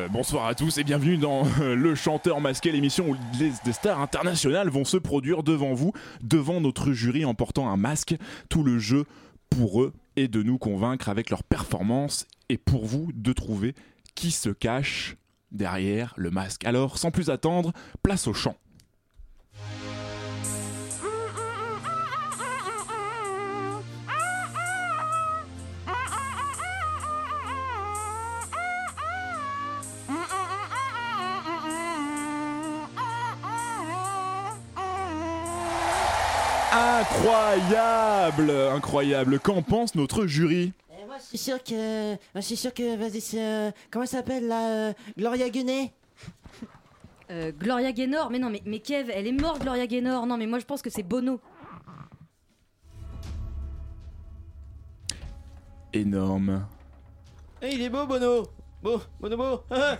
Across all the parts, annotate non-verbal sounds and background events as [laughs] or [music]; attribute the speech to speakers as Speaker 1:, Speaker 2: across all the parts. Speaker 1: Euh, bonsoir à tous et bienvenue dans [laughs] euh, Le Chanteur Masqué, l'émission où les, des stars internationales vont se produire devant vous, devant notre jury en portant un masque. Tout le jeu pour eux est de nous convaincre avec leur performance et pour vous de trouver qui se cache derrière le masque. Alors, sans plus attendre, place au chant. Incroyable Incroyable Qu'en pense notre jury
Speaker 2: Et moi, je suis sûr que. moi, je suis sûr que. Vas-y, c'est. euh, comment elle s'appelle, là euh, Gloria Gunet
Speaker 3: Euh, Gloria Gaynor, mais non, mais, mais Kev, elle est morte, Gloria Gaynor. Non, mais moi je pense que c'est Bono.
Speaker 1: Énorme.
Speaker 4: Eh, il est beau, Bono Beau,
Speaker 5: [laughs]
Speaker 4: Bonobo Ah,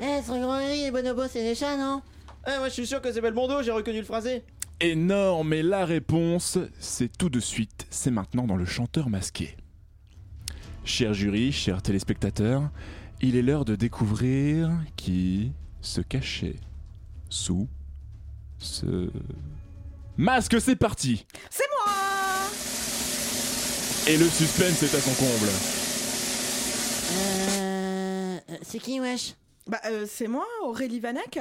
Speaker 2: Eh, son grand riz et Bonobo, c'est les chats, non
Speaker 5: Eh,
Speaker 4: ah, Moi, je suis sûr que c'est Belmondo, j'ai reconnu le phrasé.
Speaker 1: Énorme Et la réponse, c'est tout de suite, c'est maintenant dans le chanteur masqué. Cher jury, chers téléspectateurs, il est l'heure de découvrir qui se cachait sous ce masque. C'est parti
Speaker 6: C'est moi
Speaker 1: Et le suspense est à son comble.
Speaker 2: Euh. euh, C'est qui, wesh
Speaker 6: Bah euh, c'est moi, Aurélie Vanek.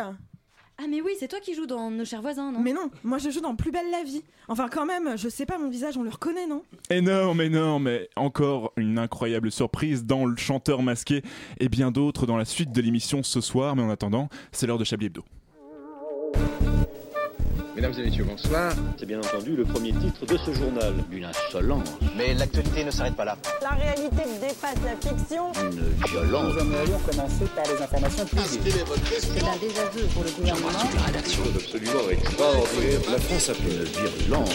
Speaker 3: Ah, mais oui, c'est toi qui joues dans Nos chers voisins, non
Speaker 6: Mais non, moi je joue dans Plus belle la vie. Enfin quand même, je sais pas mon visage, on le reconnaît, non
Speaker 1: Énorme, énorme, et encore une incroyable surprise dans le chanteur masqué et bien d'autres dans la suite de l'émission ce soir, mais en attendant, c'est l'heure de Chablis Hebdo.
Speaker 7: Mesdames et messieurs, bonsoir.
Speaker 8: C'est bien entendu le premier titre de ce journal. Une insolence,
Speaker 9: Mais l'actualité ne s'arrête pas là.
Speaker 10: La réalité dépasse la fiction.
Speaker 8: une violence.
Speaker 9: allons commencer par les informations privées.
Speaker 3: Eh
Speaker 10: C'est
Speaker 3: ben,
Speaker 10: un désaveu pour le gouvernement.
Speaker 8: La France a fait une virulence.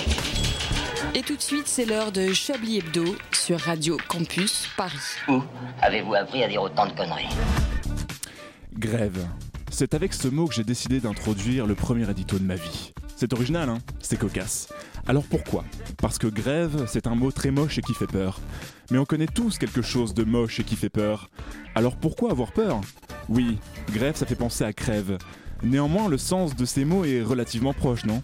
Speaker 11: Et tout de suite, c'est l'heure de Chablis Hebdo sur Radio Campus Paris.
Speaker 12: Où avez-vous appris à dire autant de conneries
Speaker 1: Grève. C'est avec ce mot que j'ai décidé d'introduire le premier édito de ma vie. C'est original, hein C'est cocasse. Alors pourquoi Parce que grève, c'est un mot très moche et qui fait peur. Mais on connaît tous quelque chose de moche et qui fait peur. Alors pourquoi avoir peur Oui, grève, ça fait penser à crève. Néanmoins, le sens de ces mots est relativement proche, non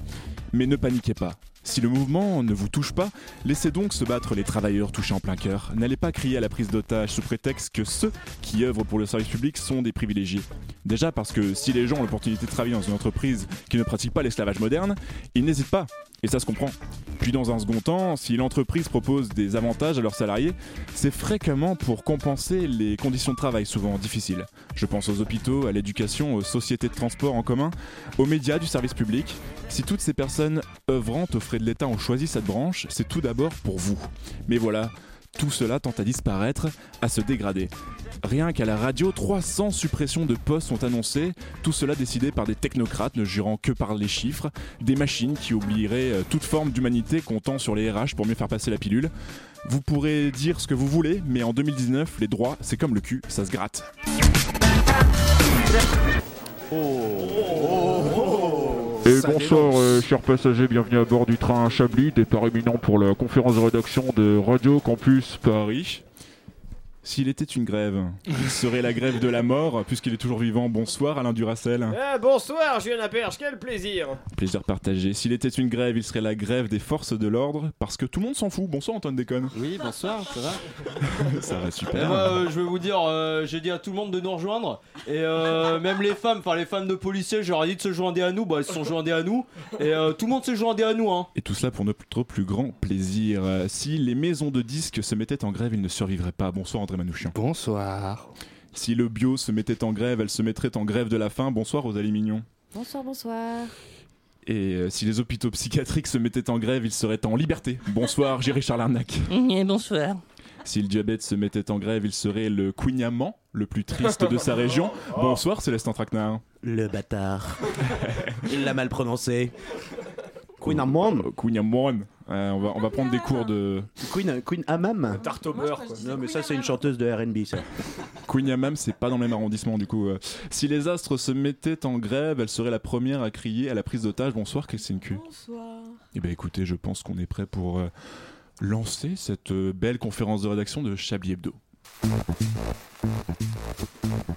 Speaker 1: Mais ne paniquez pas. Si le mouvement ne vous touche pas, laissez donc se battre les travailleurs touchés en plein cœur. N'allez pas crier à la prise d'otage sous prétexte que ceux qui œuvrent pour le service public sont des privilégiés. Déjà parce que si les gens ont l'opportunité de travailler dans une entreprise qui ne pratique pas l'esclavage moderne, ils n'hésitent pas, et ça se comprend. Puis dans un second temps, si l'entreprise propose des avantages à leurs salariés, c'est fréquemment pour compenser les conditions de travail souvent difficiles. Je pense aux hôpitaux, à l'éducation, aux sociétés de transport en commun, aux médias du service public. Si toutes ces personnes œuvrantes aux frais de l'État ont choisi cette branche, c'est tout d'abord pour vous. Mais voilà, tout cela tend à disparaître, à se dégrader. Rien qu'à la radio, 300 suppressions de postes sont annoncées, tout cela décidé par des technocrates ne jurant que par les chiffres, des machines qui oublieraient euh, toute forme d'humanité comptant sur les RH pour mieux faire passer la pilule. Vous pourrez dire ce que vous voulez, mais en 2019, les droits, c'est comme le cul, ça se gratte.
Speaker 13: Et bonsoir, euh, chers passagers, bienvenue à bord du train Chablis, départ imminent pour la conférence de rédaction de Radio Campus Paris.
Speaker 1: S'il était une grève, il serait la grève de la mort, puisqu'il est toujours vivant. Bonsoir Alain Duracel.
Speaker 6: Eh,
Speaker 4: Ah, bonsoir, Julien Perche, quel plaisir
Speaker 1: Plaisir partagé. S'il était une grève, il serait la grève des forces de l'ordre, parce que tout le monde s'en fout. Bonsoir Antoine Déconne.
Speaker 5: Oui, bonsoir, ça va
Speaker 1: [laughs] Ça va
Speaker 5: Et
Speaker 1: super.
Speaker 5: Moi, euh, je vais vous dire, euh, j'ai dit à tout le monde de nous rejoindre, et [laughs] euh, même les femmes, enfin les femmes de policiers, je leur ai dit de se joindre à nous, bah elles se sont jointes à nous, et euh, tout le monde s'est joint à nous, hein.
Speaker 1: Et tout cela pour notre plus grand plaisir. Euh, Si les maisons de disques se mettaient en grève, ils ne survivraient pas. Bonsoir André Manouchian.
Speaker 5: Bonsoir.
Speaker 1: Si le bio se mettait en grève, elle se mettrait en grève de la faim. Bonsoir Rosalie Mignon.
Speaker 3: Bonsoir, bonsoir.
Speaker 1: Et euh, si les hôpitaux psychiatriques se mettaient en grève, ils seraient en liberté. Bonsoir Jerry Charles Arnac.
Speaker 11: bonsoir.
Speaker 1: Si le diabète se mettait en grève, il serait le couignamant le plus triste de sa région. Bonsoir Célestin Traquenard.
Speaker 4: Le
Speaker 1: [laughs]
Speaker 4: bâtard. Il l'a mal prononcé.
Speaker 1: Queen Euh, Couignamant. Euh, on, va, on va prendre des cours de
Speaker 4: Queen, Queen Amam
Speaker 5: Tarte au beurre, quoi.
Speaker 4: Non, mais ça, c'est une chanteuse de RB, ça.
Speaker 1: Couignamam, c'est pas dans le même arrondissement du coup. euh. Si les astres se mettaient en grève, elle serait la première à crier à la prise d'otage. Bonsoir Christine Q.
Speaker 6: Bonsoir.
Speaker 1: Eh bien écoutez, je pense qu'on est prêt pour euh, lancer cette euh, belle conférence de rédaction de Chablis Hebdo.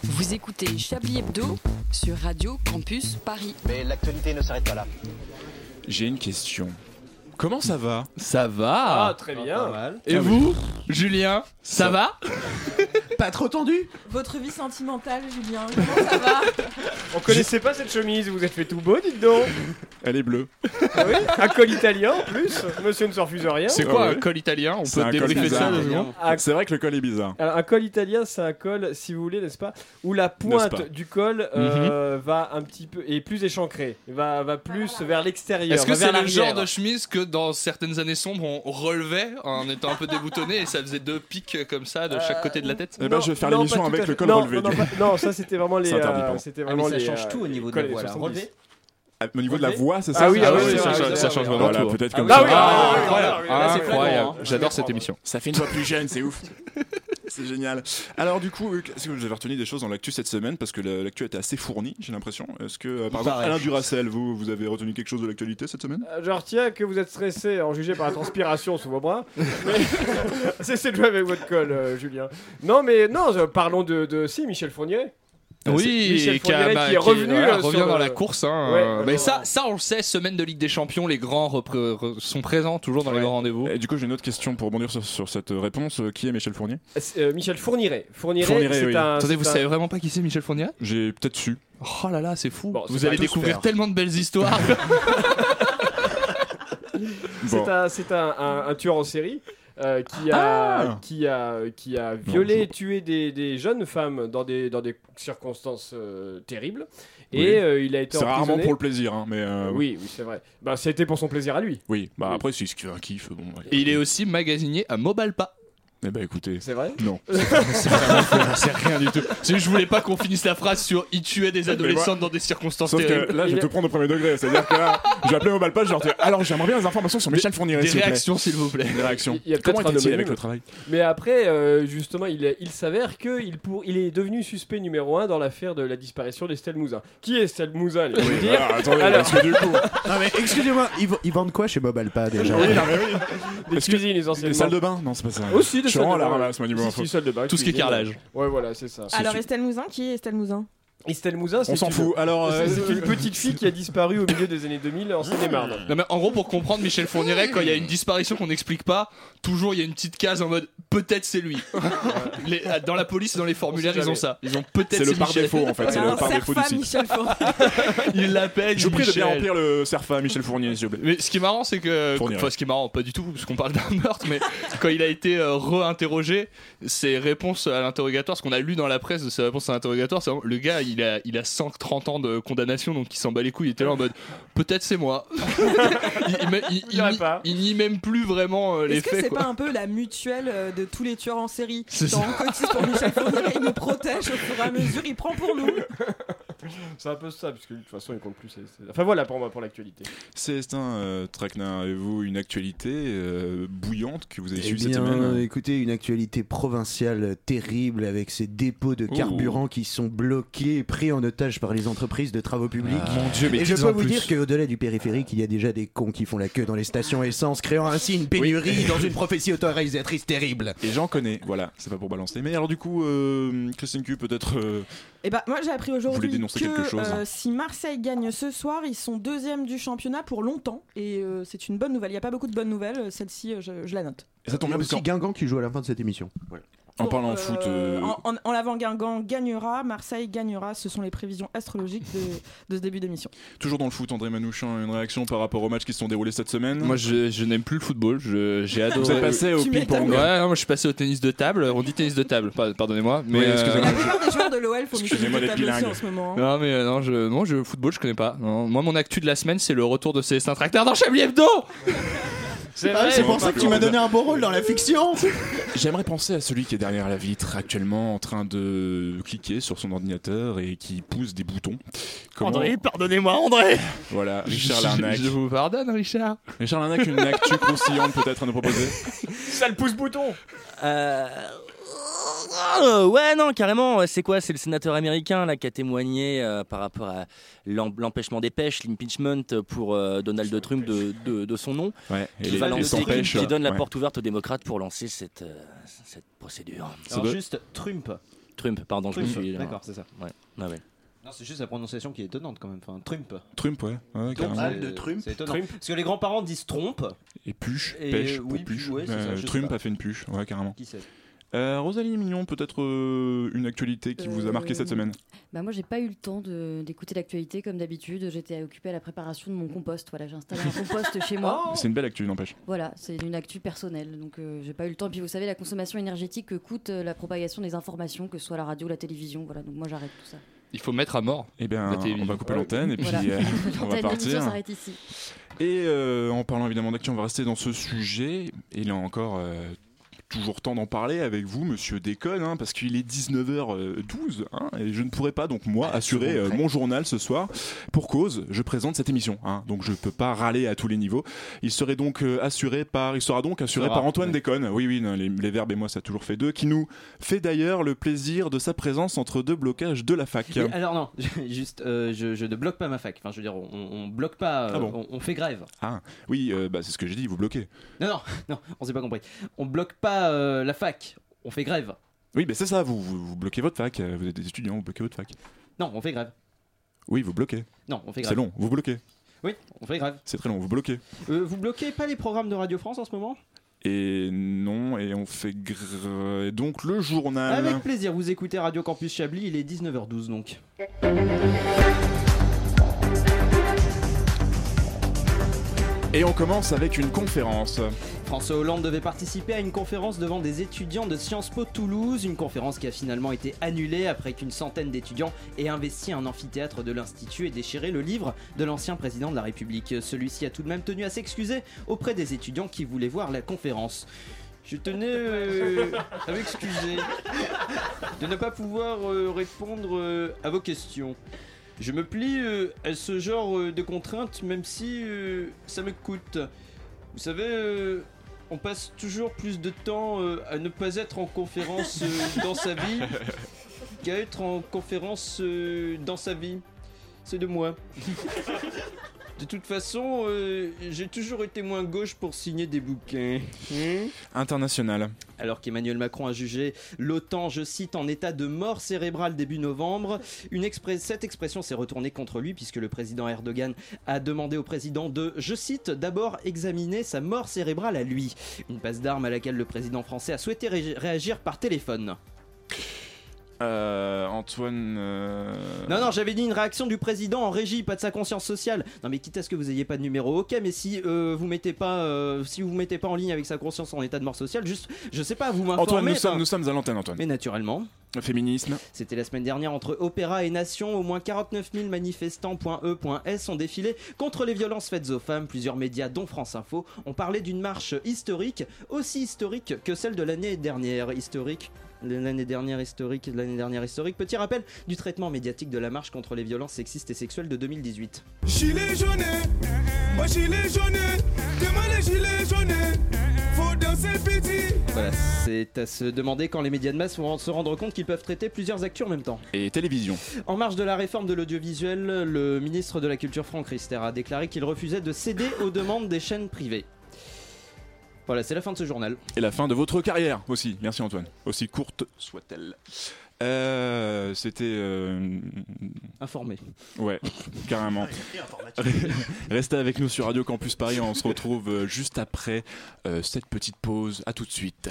Speaker 11: Vous écoutez Chablis Hebdo sur Radio Campus Paris.
Speaker 14: Mais l'actualité ne s'arrête pas là.
Speaker 1: J'ai une question. Comment ça va
Speaker 15: Ça va
Speaker 16: Ah, très bien.
Speaker 15: Et vous, Julien,
Speaker 1: [laughs]
Speaker 15: ça, va
Speaker 13: Pas trop tendu Votre vie sentimentale, Julien, comment ça va
Speaker 6: On connaissait pas cette chemise, vous êtes fait tout beau, dites
Speaker 15: [laughs]
Speaker 6: donc
Speaker 1: Elle est bleue.
Speaker 6: Ah oui Un col italien en plus Monsieur ne s'en refuse rien.
Speaker 15: C'est quoi un col italien On
Speaker 1: Ah C'est
Speaker 15: peut
Speaker 1: un col
Speaker 15: débriefer ça
Speaker 1: bizarre.
Speaker 15: deux secondes
Speaker 6: Ah,
Speaker 1: C'est vrai que le col est bizarre.
Speaker 6: Alors, un col italien, c'est un col, si vous voulez, n'est-ce pas Où la
Speaker 1: N'est-ce pas
Speaker 6: pointe du col
Speaker 15: Mhm.
Speaker 6: euh, va un petit peu. est plus échancrée, va, va plus vers l'extérieur.
Speaker 15: Est-ce que
Speaker 6: va
Speaker 15: c'est
Speaker 6: vers
Speaker 15: le genre
Speaker 6: l'arrière.
Speaker 15: de chemise que dans certaines années sombres on relevait en étant un peu déboutonné et ça faisait deux pics comme ça de chaque côté de la tête
Speaker 1: Eh ben, je vais faire
Speaker 6: Euh, Non,
Speaker 1: l'émission
Speaker 6: pas tout
Speaker 1: avec
Speaker 6: à
Speaker 1: le
Speaker 6: fait.
Speaker 1: col
Speaker 6: non,
Speaker 1: relevé.
Speaker 6: Non, non, pas- non, ça c'était vraiment les.
Speaker 1: C'est interdit,
Speaker 6: euh,
Speaker 1: pardon.
Speaker 6: c'était
Speaker 1: Ah,
Speaker 6: vraiment
Speaker 1: mais ça
Speaker 6: les,
Speaker 1: change
Speaker 6: euh,
Speaker 1: tout au niveau de
Speaker 6: cols
Speaker 1: la voix, là.
Speaker 6: 70.
Speaker 1: Relevé Au niveau de la voix, c'est ça
Speaker 6: Ah oui, ah oui, c'est
Speaker 1: ça,
Speaker 6: vrai,
Speaker 1: change-
Speaker 6: c'est
Speaker 1: ça
Speaker 6: vrai.
Speaker 1: change
Speaker 6: Ah
Speaker 1: Voilà,
Speaker 6: oui,
Speaker 1: peut-être
Speaker 6: ah
Speaker 1: comme
Speaker 6: oui,
Speaker 1: ça.
Speaker 6: ah oui, ah oui, ah oui, là, c'est
Speaker 15: Incroyable,
Speaker 6: flagrant, hein.
Speaker 15: j'adore cette émission.
Speaker 1: Ça fait une voix plus jeune, c'est ouf. [laughs] C'est génial. Alors du coup, euh, est-ce que vous avez retenu des choses dans l'actu cette semaine Parce que le- l'actu était assez fournie, j'ai l'impression. Est-ce que, euh, par exemple,
Speaker 15: Il paraît.
Speaker 1: Alain Duracel, vous, vous avez retenu quelque chose de l'actualité cette semaine
Speaker 6: Euh, Je retiens que vous êtes stressé, en jugé par la transpiration sous
Speaker 1: [laughs]
Speaker 6: vos bras. Mais- [laughs] Cessez de jouer avec votre col, euh, Julien. Non, mais non, euh, parlons de, de- si Michel Fournier.
Speaker 15: Oui,
Speaker 6: Michel
Speaker 15: Ah, qui, a-
Speaker 6: Fournier
Speaker 15: bah,
Speaker 6: qui est revenu
Speaker 15: voilà,
Speaker 6: euh,
Speaker 15: revient
Speaker 6: sur
Speaker 15: dans
Speaker 6: le-
Speaker 15: la course. hein.
Speaker 6: Ouais,
Speaker 15: Euh, mais
Speaker 6: alors-
Speaker 15: ça, ça, on le sait, semaine de Ligue des Champions, les grands repré- re- sont présents toujours dans les grands rendez-vous.
Speaker 1: Et du coup, j'ai une autre question pour rebondir sur, sur cette réponse. Euh, Qui est Michel Fournier
Speaker 6: C'est, euh, Michel Fourniret. Fourniret,
Speaker 1: Fourniret,
Speaker 6: c'est
Speaker 1: oui.
Speaker 6: un.
Speaker 15: Attendez, vous
Speaker 6: c'est un-
Speaker 15: savez vraiment pas qui c'est Michel Fournier
Speaker 1: J'ai peut-être su.
Speaker 15: Oh là là, c'est fou.
Speaker 6: Bon, c'est
Speaker 15: vous
Speaker 6: pas
Speaker 15: allez
Speaker 6: tout
Speaker 15: découvrir
Speaker 6: super.
Speaker 15: tellement de belles
Speaker 6: [laughs]
Speaker 15: histoires.
Speaker 1: Bon.
Speaker 6: C'est un, c'est un, un- un tueur en série. euh, qui, a,
Speaker 1: Ah.
Speaker 6: qui, a, qui a violé et tué des, des jeunes femmes dans des, dans des circonstances euh, terribles. Et
Speaker 1: Oui.
Speaker 6: euh, il a été
Speaker 1: C'est rarement
Speaker 6: emprisonné.
Speaker 1: pour le plaisir, hein, mais. euh,
Speaker 6: Oui, oui,
Speaker 1: [laughs]
Speaker 6: c'est vrai. Ben, c'était pour son plaisir à lui.
Speaker 1: Oui, bah après, c'est ce qui est un kiff. Bon, ouais.
Speaker 15: Et il est aussi magasinier à Mobalpa.
Speaker 1: Eh bah écoutez.
Speaker 6: C'est vrai
Speaker 1: [laughs] Non.
Speaker 15: ben, [laughs] C'est vraiment- c'est rien du tout. C'est- Je voulais pas qu'on finisse la phrase sur il tuait des
Speaker 1: Mais
Speaker 15: adolescentes
Speaker 1: moi-
Speaker 15: dans des circonstances
Speaker 1: Sauf
Speaker 15: terribles.
Speaker 1: que là, je vais te prendre au premier degré. C'est-à-dire que là, je vais appeler au balpage, je leur dis Alors, j'aimerais bien des informations sur Michel Fournier.
Speaker 15: Des
Speaker 1: s'il vous plaît.
Speaker 15: réactions, s'il vous plaît.
Speaker 1: Des réactions.
Speaker 6: Il y a
Speaker 1: Comment
Speaker 6: peut-être un
Speaker 1: était-il avec
Speaker 6: homonyme.
Speaker 1: le travail
Speaker 6: Mais après, euh, justement, il, est- il s'avère qu'il pour... il est devenu suspect numéro 1 dans l'affaire de la disparition d'Estelle Mouzin. Qui est Estelle Mouzin allez-vous me dire
Speaker 1: alors, ah, attendez,
Speaker 6: Alors-
Speaker 1: parce que du coup.
Speaker 2: Non mais excusez-moi, ils, v- ils vendent quoi chez Bob Alpa déjà
Speaker 1: Oui, non, mais oui.
Speaker 6: Des
Speaker 1: Est-ce que-
Speaker 6: cuisines, essentiellement.
Speaker 1: Des salles de bain Non, c'est pas ça.
Speaker 6: Aussi des
Speaker 1: Je suis
Speaker 6: salles
Speaker 1: vraiment
Speaker 6: de
Speaker 1: à la
Speaker 6: bain.
Speaker 1: ramasse, moi, niveau
Speaker 6: Si,
Speaker 1: info.
Speaker 6: si, salles de bain,
Speaker 15: Tout ce qui est
Speaker 6: cuisine.
Speaker 15: carrelage.
Speaker 6: Ouais, voilà,
Speaker 1: [laughs]
Speaker 6: c'est ça.
Speaker 13: Alors Estelle Mouzin, qui est Estelle Mouzin
Speaker 6: [laughs] Estelle Mouzin, c'est
Speaker 1: s'en
Speaker 6: une-
Speaker 1: fout. Alors,
Speaker 6: c'est-
Speaker 1: euh,
Speaker 6: c'est une
Speaker 1: [laughs]
Speaker 6: petite fille qui a disparu au milieu des années 2000 en Seine-et-Marne.
Speaker 15: Non, mais en gros, pour comprendre Michel Fourniret, quand il y a une disparition qu'on n'explique pas, toujours il y a une petite case en mode peut-être c'est lui. Les- dans la police et dans les formulaires,
Speaker 1: jamais.
Speaker 15: ils ont ça. Ils ont peut-être
Speaker 1: C'est le par
Speaker 15: Michel.
Speaker 1: défaut, en fait. C'est le par défaut du site.
Speaker 13: Michel [laughs] Fournier.
Speaker 15: [laughs] Ils l'appellent.
Speaker 1: Je vous prie de bien
Speaker 15: Michel.
Speaker 1: remplir le serfa Michel Fournier, s'il vous plaît.
Speaker 15: Mais ce qui est marrant, c'est que.
Speaker 1: Fourniret.
Speaker 15: Enfin, ce qui est marrant, pas du tout, parce qu'on parle d'un meurtre, mais [laughs] quand il a été euh, re-interrogé, ses réponses à l'interrogatoire, ce qu'on a lu dans la presse de ses réponses à l'interrogatoire, c'est vraiment, le gars, il a, il a 130 ans de condamnation, donc il s'en bat les couilles, il était là en mode peut-être c'est moi. [laughs] il il- il- il-
Speaker 6: dirait pas.
Speaker 15: il n'y même plus vraiment euh, les
Speaker 13: Est-ce que
Speaker 15: faits,
Speaker 13: c'est
Speaker 15: quoi.
Speaker 13: pas un peu la mutuelle euh, de tous les tueurs en série
Speaker 15: C'est
Speaker 13: Genre, On cotise pour Michel Fournier, il nous protège au fur et à mesure, il prend pour nous.
Speaker 6: C'est un peu ça, parce que de toute façon, il compte plus. c'est- c'est- Enfin voilà pour moi, pour l'actualité.
Speaker 1: Célestin euh, Traquenard, avez-vous une actualité euh, bouillante que vous avez
Speaker 2: Eh
Speaker 1: suivie cette
Speaker 2: bien,
Speaker 1: semaine hein.
Speaker 13: euh,
Speaker 2: écoutez, une actualité provinciale terrible avec ces dépôts de
Speaker 1: Ouh.
Speaker 2: carburant qui sont bloqués, pris en otage par les entreprises de travaux publics.
Speaker 1: Ah. Mon Dieu, mais
Speaker 2: Et je
Speaker 1: qu'ils
Speaker 2: peux
Speaker 1: en
Speaker 2: vous
Speaker 1: plus.
Speaker 2: dire qu'au-delà du périphérique, il y a déjà des cons qui font la queue dans les stations essence, créant ainsi une pénurie dans une prophétie autorisatrice terrible.
Speaker 1: Et j'en connais, voilà, c'est pas pour balancer. Mais alors, du coup, euh, Christine Q, peut-être. euh,
Speaker 13: Et bah moi j'ai appris aujourd'hui
Speaker 1: Vous voulez dénoncer
Speaker 13: que
Speaker 1: quelque chose
Speaker 13: euh, si Marseille gagne ce soir, ils sont deuxième du championnat pour longtemps et euh, c'est une bonne nouvelle. Il n'y a pas beaucoup de bonnes nouvelles, euh, celle-ci euh, je, je la note.
Speaker 1: Et ça tombe
Speaker 2: Il y
Speaker 1: bien
Speaker 2: a
Speaker 1: parce
Speaker 2: aussi
Speaker 1: qu'en
Speaker 2: Guingamp qui joue à la fin de cette émission.
Speaker 1: en
Speaker 13: Bon,
Speaker 1: parlant
Speaker 13: euh,
Speaker 1: foot. euh,
Speaker 13: En, en- en l'avant Guingamp gagnera, Marseille gagnera, ce sont les prévisions astrologiques de, de ce début d'émission.
Speaker 1: Toujours dans le foot, André Manouchian, une réaction par rapport aux matchs qui se sont déroulés cette semaine
Speaker 15: Moi, je, je n'aime plus le football. Je- J'ai adoré.
Speaker 1: Vous êtes passé au
Speaker 13: Tu
Speaker 1: ping-pong.
Speaker 13: m'étonnes.
Speaker 15: Ouais, non, moi, je suis passé au tennis de table. On dit tennis de table, pa- pardonnez-moi. Mais
Speaker 1: Oui,
Speaker 15: euh,
Speaker 1: excusez-moi.
Speaker 13: La plupart des joueurs de l'OL font du
Speaker 1: Excusez-moi
Speaker 13: foot de
Speaker 1: d'être
Speaker 13: table aussi
Speaker 1: bilingue.
Speaker 13: en ce moment. hein.
Speaker 15: Non mais euh, non je non je football je connais pas. Non. Moi mon actu de la semaine c'est le retour de Célestin Tracteur dans Chablis Hebdo.
Speaker 6: C'est
Speaker 2: Ah,
Speaker 6: vrai,
Speaker 2: c'est pour ça que tu m'as donné un beau rôle dans la fiction
Speaker 1: J'aimerais penser à celui qui est derrière la vitre actuellement en train de cliquer sur son ordinateur et qui pousse des boutons. Comment-
Speaker 15: pardonnez-moi André.
Speaker 1: Voilà, Richard
Speaker 15: Je-
Speaker 1: Larnac.
Speaker 15: Je, je vous pardonne Richard.
Speaker 1: Richard Larnac, une
Speaker 15: [laughs]
Speaker 1: actu conciliante peut-être à nous proposer
Speaker 6: ça le pousse-bouton
Speaker 17: Euh... Oh, ouais, non, carrément. C'est quoi C'est le sénateur américain là qui a témoigné euh, par rapport à l'em- l'empêchement des pêches, l'impeachment pour euh, Donald Trump de, de- de son nom,
Speaker 1: Ouais, et
Speaker 17: qui,
Speaker 1: les-
Speaker 17: va
Speaker 1: les
Speaker 17: lancer-
Speaker 1: sans
Speaker 17: qui-
Speaker 1: pêche,
Speaker 17: qui donne la
Speaker 1: ouais.
Speaker 17: porte ouverte aux démocrates pour lancer cette, euh, cette procédure.
Speaker 5: Alors juste Trump.
Speaker 17: Trump, pardon, je me
Speaker 5: Trump,
Speaker 17: suis. euh,
Speaker 5: d'accord, c'est ça.
Speaker 17: Ouais. Ah ouais.
Speaker 5: Non, c'est juste la prononciation qui est étonnante quand même. Enfin, Trump.
Speaker 1: Trump, ouais. ouais
Speaker 5: Trump,
Speaker 1: carrément.
Speaker 5: c'est- C'est étonnant. Parce que les grands-parents disent Trump.
Speaker 1: Et puche,
Speaker 5: Et euh,
Speaker 1: pêche,
Speaker 5: oui,
Speaker 1: pour puche.
Speaker 5: ouais, c'est ça,
Speaker 1: Euh,
Speaker 5: je sais
Speaker 1: Trump
Speaker 5: pas.
Speaker 1: a fait une puche, ouais, carrément.
Speaker 5: Qui sait
Speaker 1: Euh, Rosalie Mignon, peut-être euh, une actualité qui vous a marqué cette semaine
Speaker 3: Bah moi j'ai pas eu le temps de- d'écouter l'actualité comme d'habitude. J'étais occupée à la préparation de mon compost. Voilà, j'ai installé un compost chez
Speaker 5: Euh,
Speaker 1: [laughs]
Speaker 3: moi.
Speaker 1: C'est une belle actu, n'empêche.
Speaker 3: Voilà, c'est une actu personnelle, donc euh, j'ai pas eu le temps. Puis vous savez, la consommation énergétique que coûte euh, la propagation des informations, que ce soit la radio, la télévision, voilà. Donc moi j'arrête tout ça.
Speaker 15: Il faut mettre à mort.
Speaker 1: Eh bien,
Speaker 15: la télévision.
Speaker 1: on va couper l'antenne et puis
Speaker 3: Voilà. [laughs]
Speaker 1: euh, on va
Speaker 3: L'antenne d'émission
Speaker 1: partir.
Speaker 3: s'arrête ici.
Speaker 1: Et euh, en parlant évidemment d'actu, on va rester dans ce sujet. Et il est encore euh, toujours temps d'en parler avec vous, monsieur Déconne, hein, parce qu'il est 19h12 hein, et je ne pourrai pas, donc moi, assurer euh, mon journal ce soir. Pour cause, je présente cette émission. hein, donc je ne peux pas râler à tous les niveaux. Il serait donc euh, assuré par, il sera donc assuré
Speaker 5: Sera,
Speaker 1: par Antoine
Speaker 5: ouais.
Speaker 1: Déconne. Oui, oui, non, les, les verbes et moi, ça a toujours fait deux, qui nous fait d'ailleurs le plaisir de sa présence entre deux blocages de la fac.
Speaker 5: Mais alors non, [laughs] juste euh, je, je ne bloque pas ma fac. Enfin, je veux dire, on, on bloque pas, euh,
Speaker 1: Ah bon
Speaker 5: on, on fait grève.
Speaker 1: Ah, oui, euh, bah, c'est ce que j'ai dit, vous bloquez.
Speaker 5: Non, [laughs] non, non, on s'est pas compris. On bloque pas euh, la fac, on fait grève.
Speaker 1: Oui, mais c'est ça, vous, vous, vous bloquez votre fac, euh, vous êtes des étudiants, vous bloquez votre fac.
Speaker 5: Non, on fait grève.
Speaker 1: Oui, vous bloquez.
Speaker 5: Non, on fait grève.
Speaker 1: C'est long, vous bloquez.
Speaker 5: Oui, on fait grève.
Speaker 1: C'est très long, vous bloquez.
Speaker 5: Euh, vous bloquez pas les programmes de Radio France en ce moment
Speaker 1: Et non, et on fait gr- et donc le journal.
Speaker 5: Avec plaisir, Ah, vous écoutez Radio Campus Chablis, il est 19h12 donc.
Speaker 1: Et on commence avec une conférence.
Speaker 5: François Hollande devait participer à une conférence devant des étudiants de Sciences Po Toulouse, une conférence qui a finalement été annulée après qu'une centaine d'étudiants aient investi un amphithéâtre de l'Institut et déchiré le livre de l'ancien président de la République. Celui-ci a tout de même tenu à s'excuser auprès des étudiants qui voulaient voir la conférence. Je tenais euh, à m'excuser de ne pas pouvoir euh, répondre euh, à vos questions. Je me plie euh, à ce genre euh, de contraintes même si euh, ça me coûte. Vous savez, euh, on passe toujours plus de temps euh, à ne pas être en conférence euh, dans sa vie qu'à être en conférence euh, dans sa vie. C'est de moi. De toute façon, euh, j'ai toujours été moins gauche pour signer des bouquins. Hmm
Speaker 1: International.
Speaker 5: alors qu'Emmanuel Macron a jugé l'OTAN, je cite, en état de mort cérébrale début novembre, une expré- cette expression s'est retournée contre lui puisque le président Erdogan a demandé au président de, je cite, d'abord examiner sa mort cérébrale à lui. Une passe d'armes à laquelle le président français a souhaité ré- réagir par téléphone.
Speaker 1: Euh, Antoine. euh,
Speaker 5: Non, non, j'avais dit une réaction du président en régie, pas de sa conscience sociale. Non, mais quitte à ce que vous ayez pas de numéro, ok, mais si euh, vous mettez pas, euh, si vous mettez pas en ligne avec sa conscience en état de mort sociale, juste, je sais pas, vous m'informez.
Speaker 1: Antoine, nous
Speaker 5: enfin-
Speaker 1: sommes, nous sommes à l'antenne, Antoine.
Speaker 5: Mais naturellement.
Speaker 1: Féminisme.
Speaker 5: C'était la semaine dernière entre Opéra et Nation. Au moins 49 000 manifestants.e.s E ont défilé contre les violences faites aux femmes. Plusieurs médias, dont France Info, ont parlé d'une marche historique, aussi historique que celle de l'année dernière. Historique. L'année dernière historique, l'année dernière historique. Petit rappel du traitement médiatique de la marche contre les violences sexistes et sexuelles de 2018.
Speaker 18: Gilet jaune, eh, moi gilet jaune, eh. demain les gilets jaunes, eh, faut danser petit.
Speaker 5: Voilà, c'est à se demander quand les médias de masse vont se rendre compte qu'ils peuvent traiter plusieurs actus en même temps.
Speaker 1: Et télévision.
Speaker 5: En marge de la réforme de l'audiovisuel, le ministre de la Culture Franck Riester a déclaré qu'il refusait de céder aux demandes des chaînes privées. Voilà, c'est la fin de ce journal.
Speaker 1: Et la fin de votre carrière aussi. Merci, Antoine. Aussi courte soit-elle. Euh, C'était. euh,
Speaker 5: Informé.
Speaker 1: Ouais, carrément. [laughs] Restez avec nous sur Radio Campus Paris. On se retrouve euh, juste après euh, cette petite pause. À tout de suite.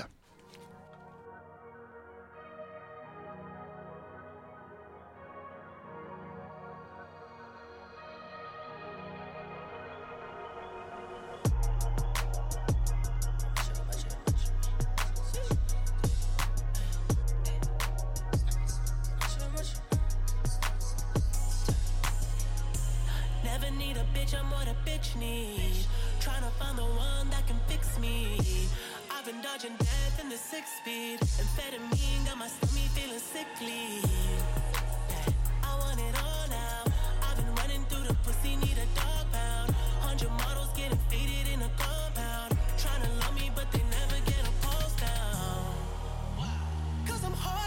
Speaker 19: Never need a bitch, I'm what a bitch needs. Tryna find the one that can fix me. I've been dodging death in the six speed. Amphetamine got my stomach feeling sickly. I want it all now. I've been running through the pussy, need a dog pound. Hundred models getting faded in a compound. Tryna love me, but they never get a pulse down. Cause I'm hard.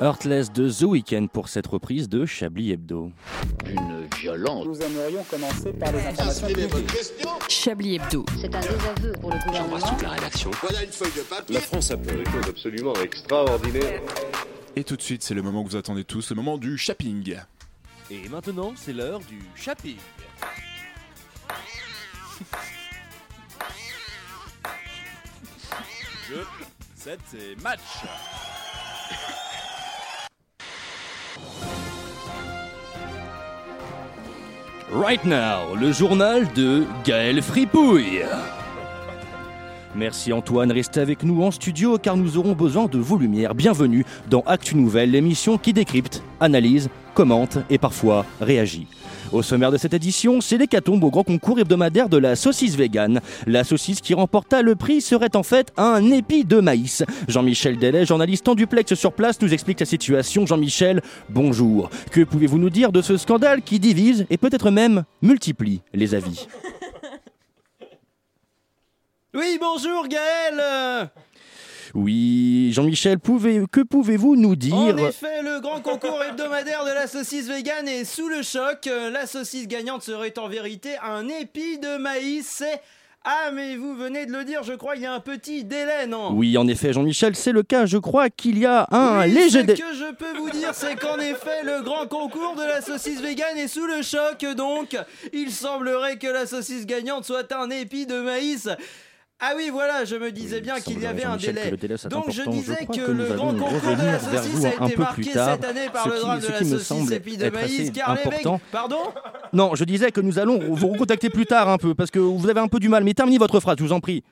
Speaker 17: Heartless de The Weeknd pour cette reprise de Chablis Hebdo.
Speaker 12: Une violence.
Speaker 9: Nous aimerions commencer par les informations publiques.
Speaker 11: Chablis Hebdo.
Speaker 10: C'est un désaveu pour le
Speaker 9: Hein
Speaker 10: gouvernement.
Speaker 12: La rédaction.
Speaker 7: Voilà une feuille de papier.
Speaker 8: La France a fait des choses absolument extraordinaires.
Speaker 1: Et tout de suite, c'est le moment que vous attendez tous, le moment du shopping.
Speaker 17: Et maintenant, c'est l'heure du shopping.
Speaker 8: Jeu, 7 et match.
Speaker 17: Right Now, le journal de Gaël Fripouille. Merci Antoine, restez avec nous en studio car nous aurons besoin de vos lumières. Bienvenue dans Actu Nouvelle, l'émission qui décrypte, analyse, commente et parfois réagit. Au sommaire de cette édition, c'est l'hécatombe au grand concours hebdomadaire de la saucisse végane. La saucisse qui remporta le prix serait en fait un épi de maïs. Jean-Michel Delay, journaliste en duplex sur place, nous explique la situation. Jean-Michel, bonjour. Que pouvez-vous nous dire de ce scandale qui divise et peut-être même multiplie les avis
Speaker 5: Oui, bonjour Gaël
Speaker 17: Oui, Jean-Michel, pouvez- que pouvez-vous nous dire
Speaker 5: En effet, le grand concours hebdomadaire de la saucisse végane est sous le choc. Euh, La saucisse gagnante serait en vérité un épi de maïs. C'est... Ah, mais vous venez de le dire, je crois, il y a un petit délai, non
Speaker 17: Oui, en effet, Jean-Michel, c'est le cas. Je crois qu'il y a un
Speaker 5: Oui,
Speaker 17: léger
Speaker 5: Ce
Speaker 17: dé-
Speaker 5: que je peux vous dire, c'est qu'en effet, le grand concours de la saucisse végane est sous le choc, donc il semblerait que la saucisse gagnante soit un épi de maïs. Ah oui, voilà, je me disais bien qu'il y
Speaker 17: semblerait,
Speaker 5: avait un
Speaker 17: Jean-Michel,
Speaker 5: délai.
Speaker 17: que le délai soit
Speaker 5: Donc je
Speaker 17: important. Je
Speaker 5: disais
Speaker 17: crois
Speaker 5: que,
Speaker 17: que nous
Speaker 5: le grand
Speaker 17: allons
Speaker 5: concours de
Speaker 17: revenir
Speaker 5: la
Speaker 17: vers
Speaker 5: saucisse
Speaker 17: vous
Speaker 5: a
Speaker 17: un
Speaker 5: été
Speaker 17: peu
Speaker 5: marqué
Speaker 17: plus tard,
Speaker 5: cette année par
Speaker 17: ce
Speaker 5: le
Speaker 17: qui-
Speaker 5: drame de
Speaker 17: ce
Speaker 5: la
Speaker 17: qui me
Speaker 5: saucisse
Speaker 17: semble
Speaker 5: épi de
Speaker 17: être
Speaker 5: maïs,
Speaker 17: assez
Speaker 5: car les mecs...
Speaker 17: important.
Speaker 5: Pardon
Speaker 17: Non, je disais que nous allons vous recontacter plus tard un peu, parce que vous avez un peu du mal. Mais terminez votre phrase, je vous en prie.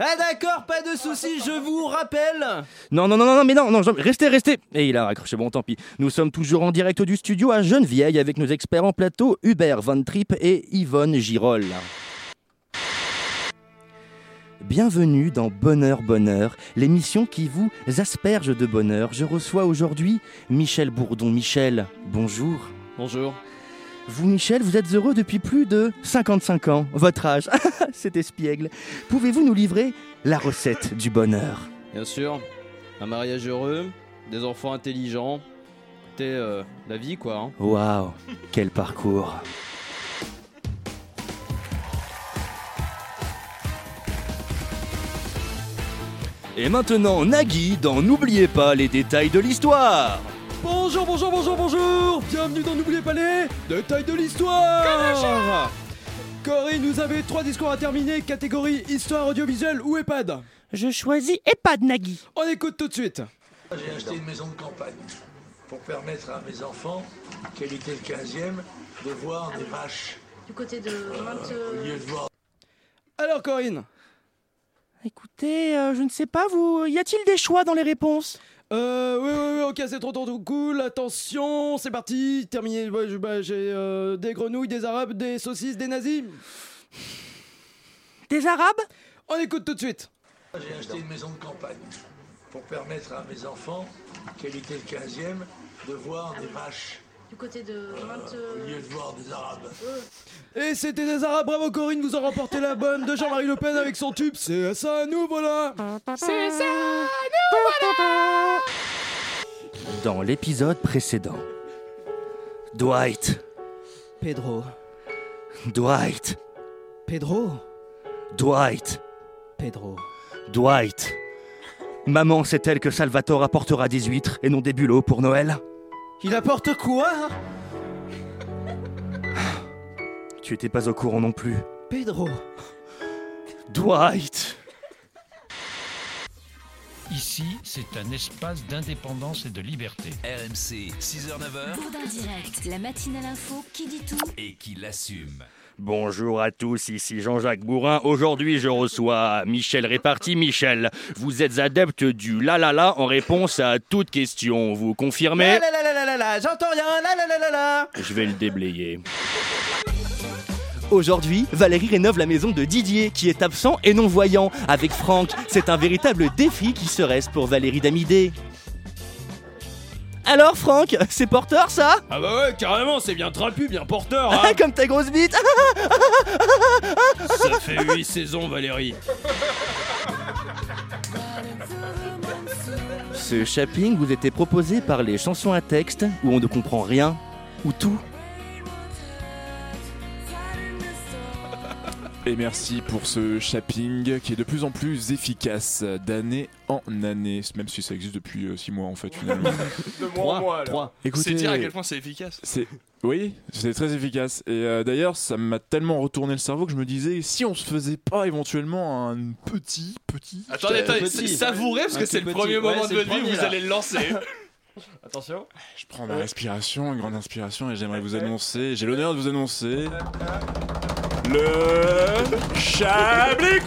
Speaker 5: Ah d'accord, pas de soucis, je vous rappelle
Speaker 17: Non, non, non, non, non, mais non, non, Jean- restez, restez. Et il a raccroché, bon, tant pis. Nous sommes toujours en direct du studio à Genneviègue avec nos experts en plateau, Hubert Van Tripp et Yvonne Girol. Bienvenue dans Bonheur Bonheur, l'émission qui vous asperge de bonheur. Je reçois aujourd'hui Michel Bourdon. Michel, bonjour.
Speaker 20: Bonjour.
Speaker 17: Vous, Michel, vous êtes heureux depuis plus de 55 ans, votre âge. [laughs] C'est espiègle. Pouvez-vous nous livrer la recette du bonheur
Speaker 20: Bien sûr, un mariage heureux, des enfants intelligents. Écoutez, euh, la vie quoi. hein.
Speaker 17: Waouh, quel parcours Et maintenant, Nagui dans N'oubliez pas les détails de l'histoire
Speaker 20: Bonjour, bonjour, bonjour, bonjour Bienvenue dans N'oubliez pas les détails de l'histoire Corinne, nous avez trois discours à terminer, catégorie histoire audiovisuelle ou EHPAD Je choisis EHPAD, Nagui On écoute tout de suite
Speaker 21: J'ai acheté une maison de campagne pour permettre à mes enfants, qui habitaient le 15e, de voir des vaches. euh,
Speaker 10: Du côté de
Speaker 21: Au lieu de voir
Speaker 20: Alors Corinne
Speaker 22: Écoutez, euh, je ne sais pas, vous, y a-t-il des choix dans les réponses
Speaker 20: Euh, oui, oui, oui, ok, c'est trop, trop, trop cool, attention, c'est parti, terminé, Ouais, je- bah, j'ai euh, des grenouilles, des arabes, des saucisses, des nazis. Des arabes On écoute tout de suite.
Speaker 21: J'ai acheté une maison de campagne pour permettre à mes enfants, qui habitaient le 15e, de voir des vaches. euh,
Speaker 10: Du côté de
Speaker 21: Au lieu de voir des arabes.
Speaker 20: Et c'était des arabes, bravo Corinne, vous en remportez la bonne de Jean-Marie Le Pen avec son tube, c'est ça, nous voilà C'est ça, nous voilà
Speaker 17: Dans l'épisode précédent, Dwight,
Speaker 20: Pedro,
Speaker 17: Dwight,
Speaker 20: Pedro,
Speaker 17: Dwight,
Speaker 20: Pedro.
Speaker 17: Dwight. Maman sait-elle que Salvatore apportera des huîtres et non des bulots pour Noël
Speaker 20: Il apporte quoi hein
Speaker 17: Tu étais pas au courant non plus.
Speaker 20: Pedro.
Speaker 17: Dwight
Speaker 23: Ici, c'est un espace d'indépendance et de liberté. RMC, 6h-9h,
Speaker 24: Bourdin Direct, la matinale info qui dit tout.
Speaker 23: et qui l'assume.
Speaker 17: Bonjour à tous, ici Jean-Jacques Bourrin. Aujourd'hui, je reçois Michel Réparti. Michel, vous êtes adepte du la la la en réponse à toute question. Vous confirmez
Speaker 5: La la la la la la la, j'entends rien, la la la la la
Speaker 17: Je vais le déblayer. Aujourd'hui, Valérie rénove la maison de Didier, qui est absent et non-voyant. Avec Franck, c'est un véritable défi qui se reste pour Valérie Damidé. Alors Franck, c'est porteur ça
Speaker 20: Ah bah ouais, carrément, c'est bien trapu, bien porteur hein. [laughs]
Speaker 5: Ah.
Speaker 17: [laughs] Comme ta grosse bite
Speaker 20: Ça fait 8 saisons, Valérie.
Speaker 17: Ce shopping vous était proposé par les chansons à texte où on ne comprend rien ou tout.
Speaker 1: Et merci pour ce shopping qui est de plus en plus efficace d'année en année, même si ça existe depuis 6 mois en fait
Speaker 15: [laughs]
Speaker 1: finalement.
Speaker 4: De mois en mois, alors.
Speaker 1: Écoutez,
Speaker 15: C'est dire à quel point c'est efficace.
Speaker 1: C'est oui, c'est très efficace. Et euh, d'ailleurs, ça m'a tellement retourné le cerveau que je me disais, si on se faisait pas éventuellement un petit, petit.
Speaker 15: Attendez, attendez, savourez parce
Speaker 1: Un
Speaker 15: que
Speaker 1: tout
Speaker 15: c'est le
Speaker 1: petit.
Speaker 15: premier
Speaker 1: Ouais,
Speaker 15: moment
Speaker 1: c'est
Speaker 15: de
Speaker 1: le
Speaker 15: votre vie où
Speaker 1: premier,
Speaker 15: vous
Speaker 1: là.
Speaker 15: allez le lancer.
Speaker 4: Attention.
Speaker 1: Je prends ma respiration, une grande inspiration, et j'aimerais vous annoncer, j'ai l'honneur de vous annoncer. Euh. Le Chablis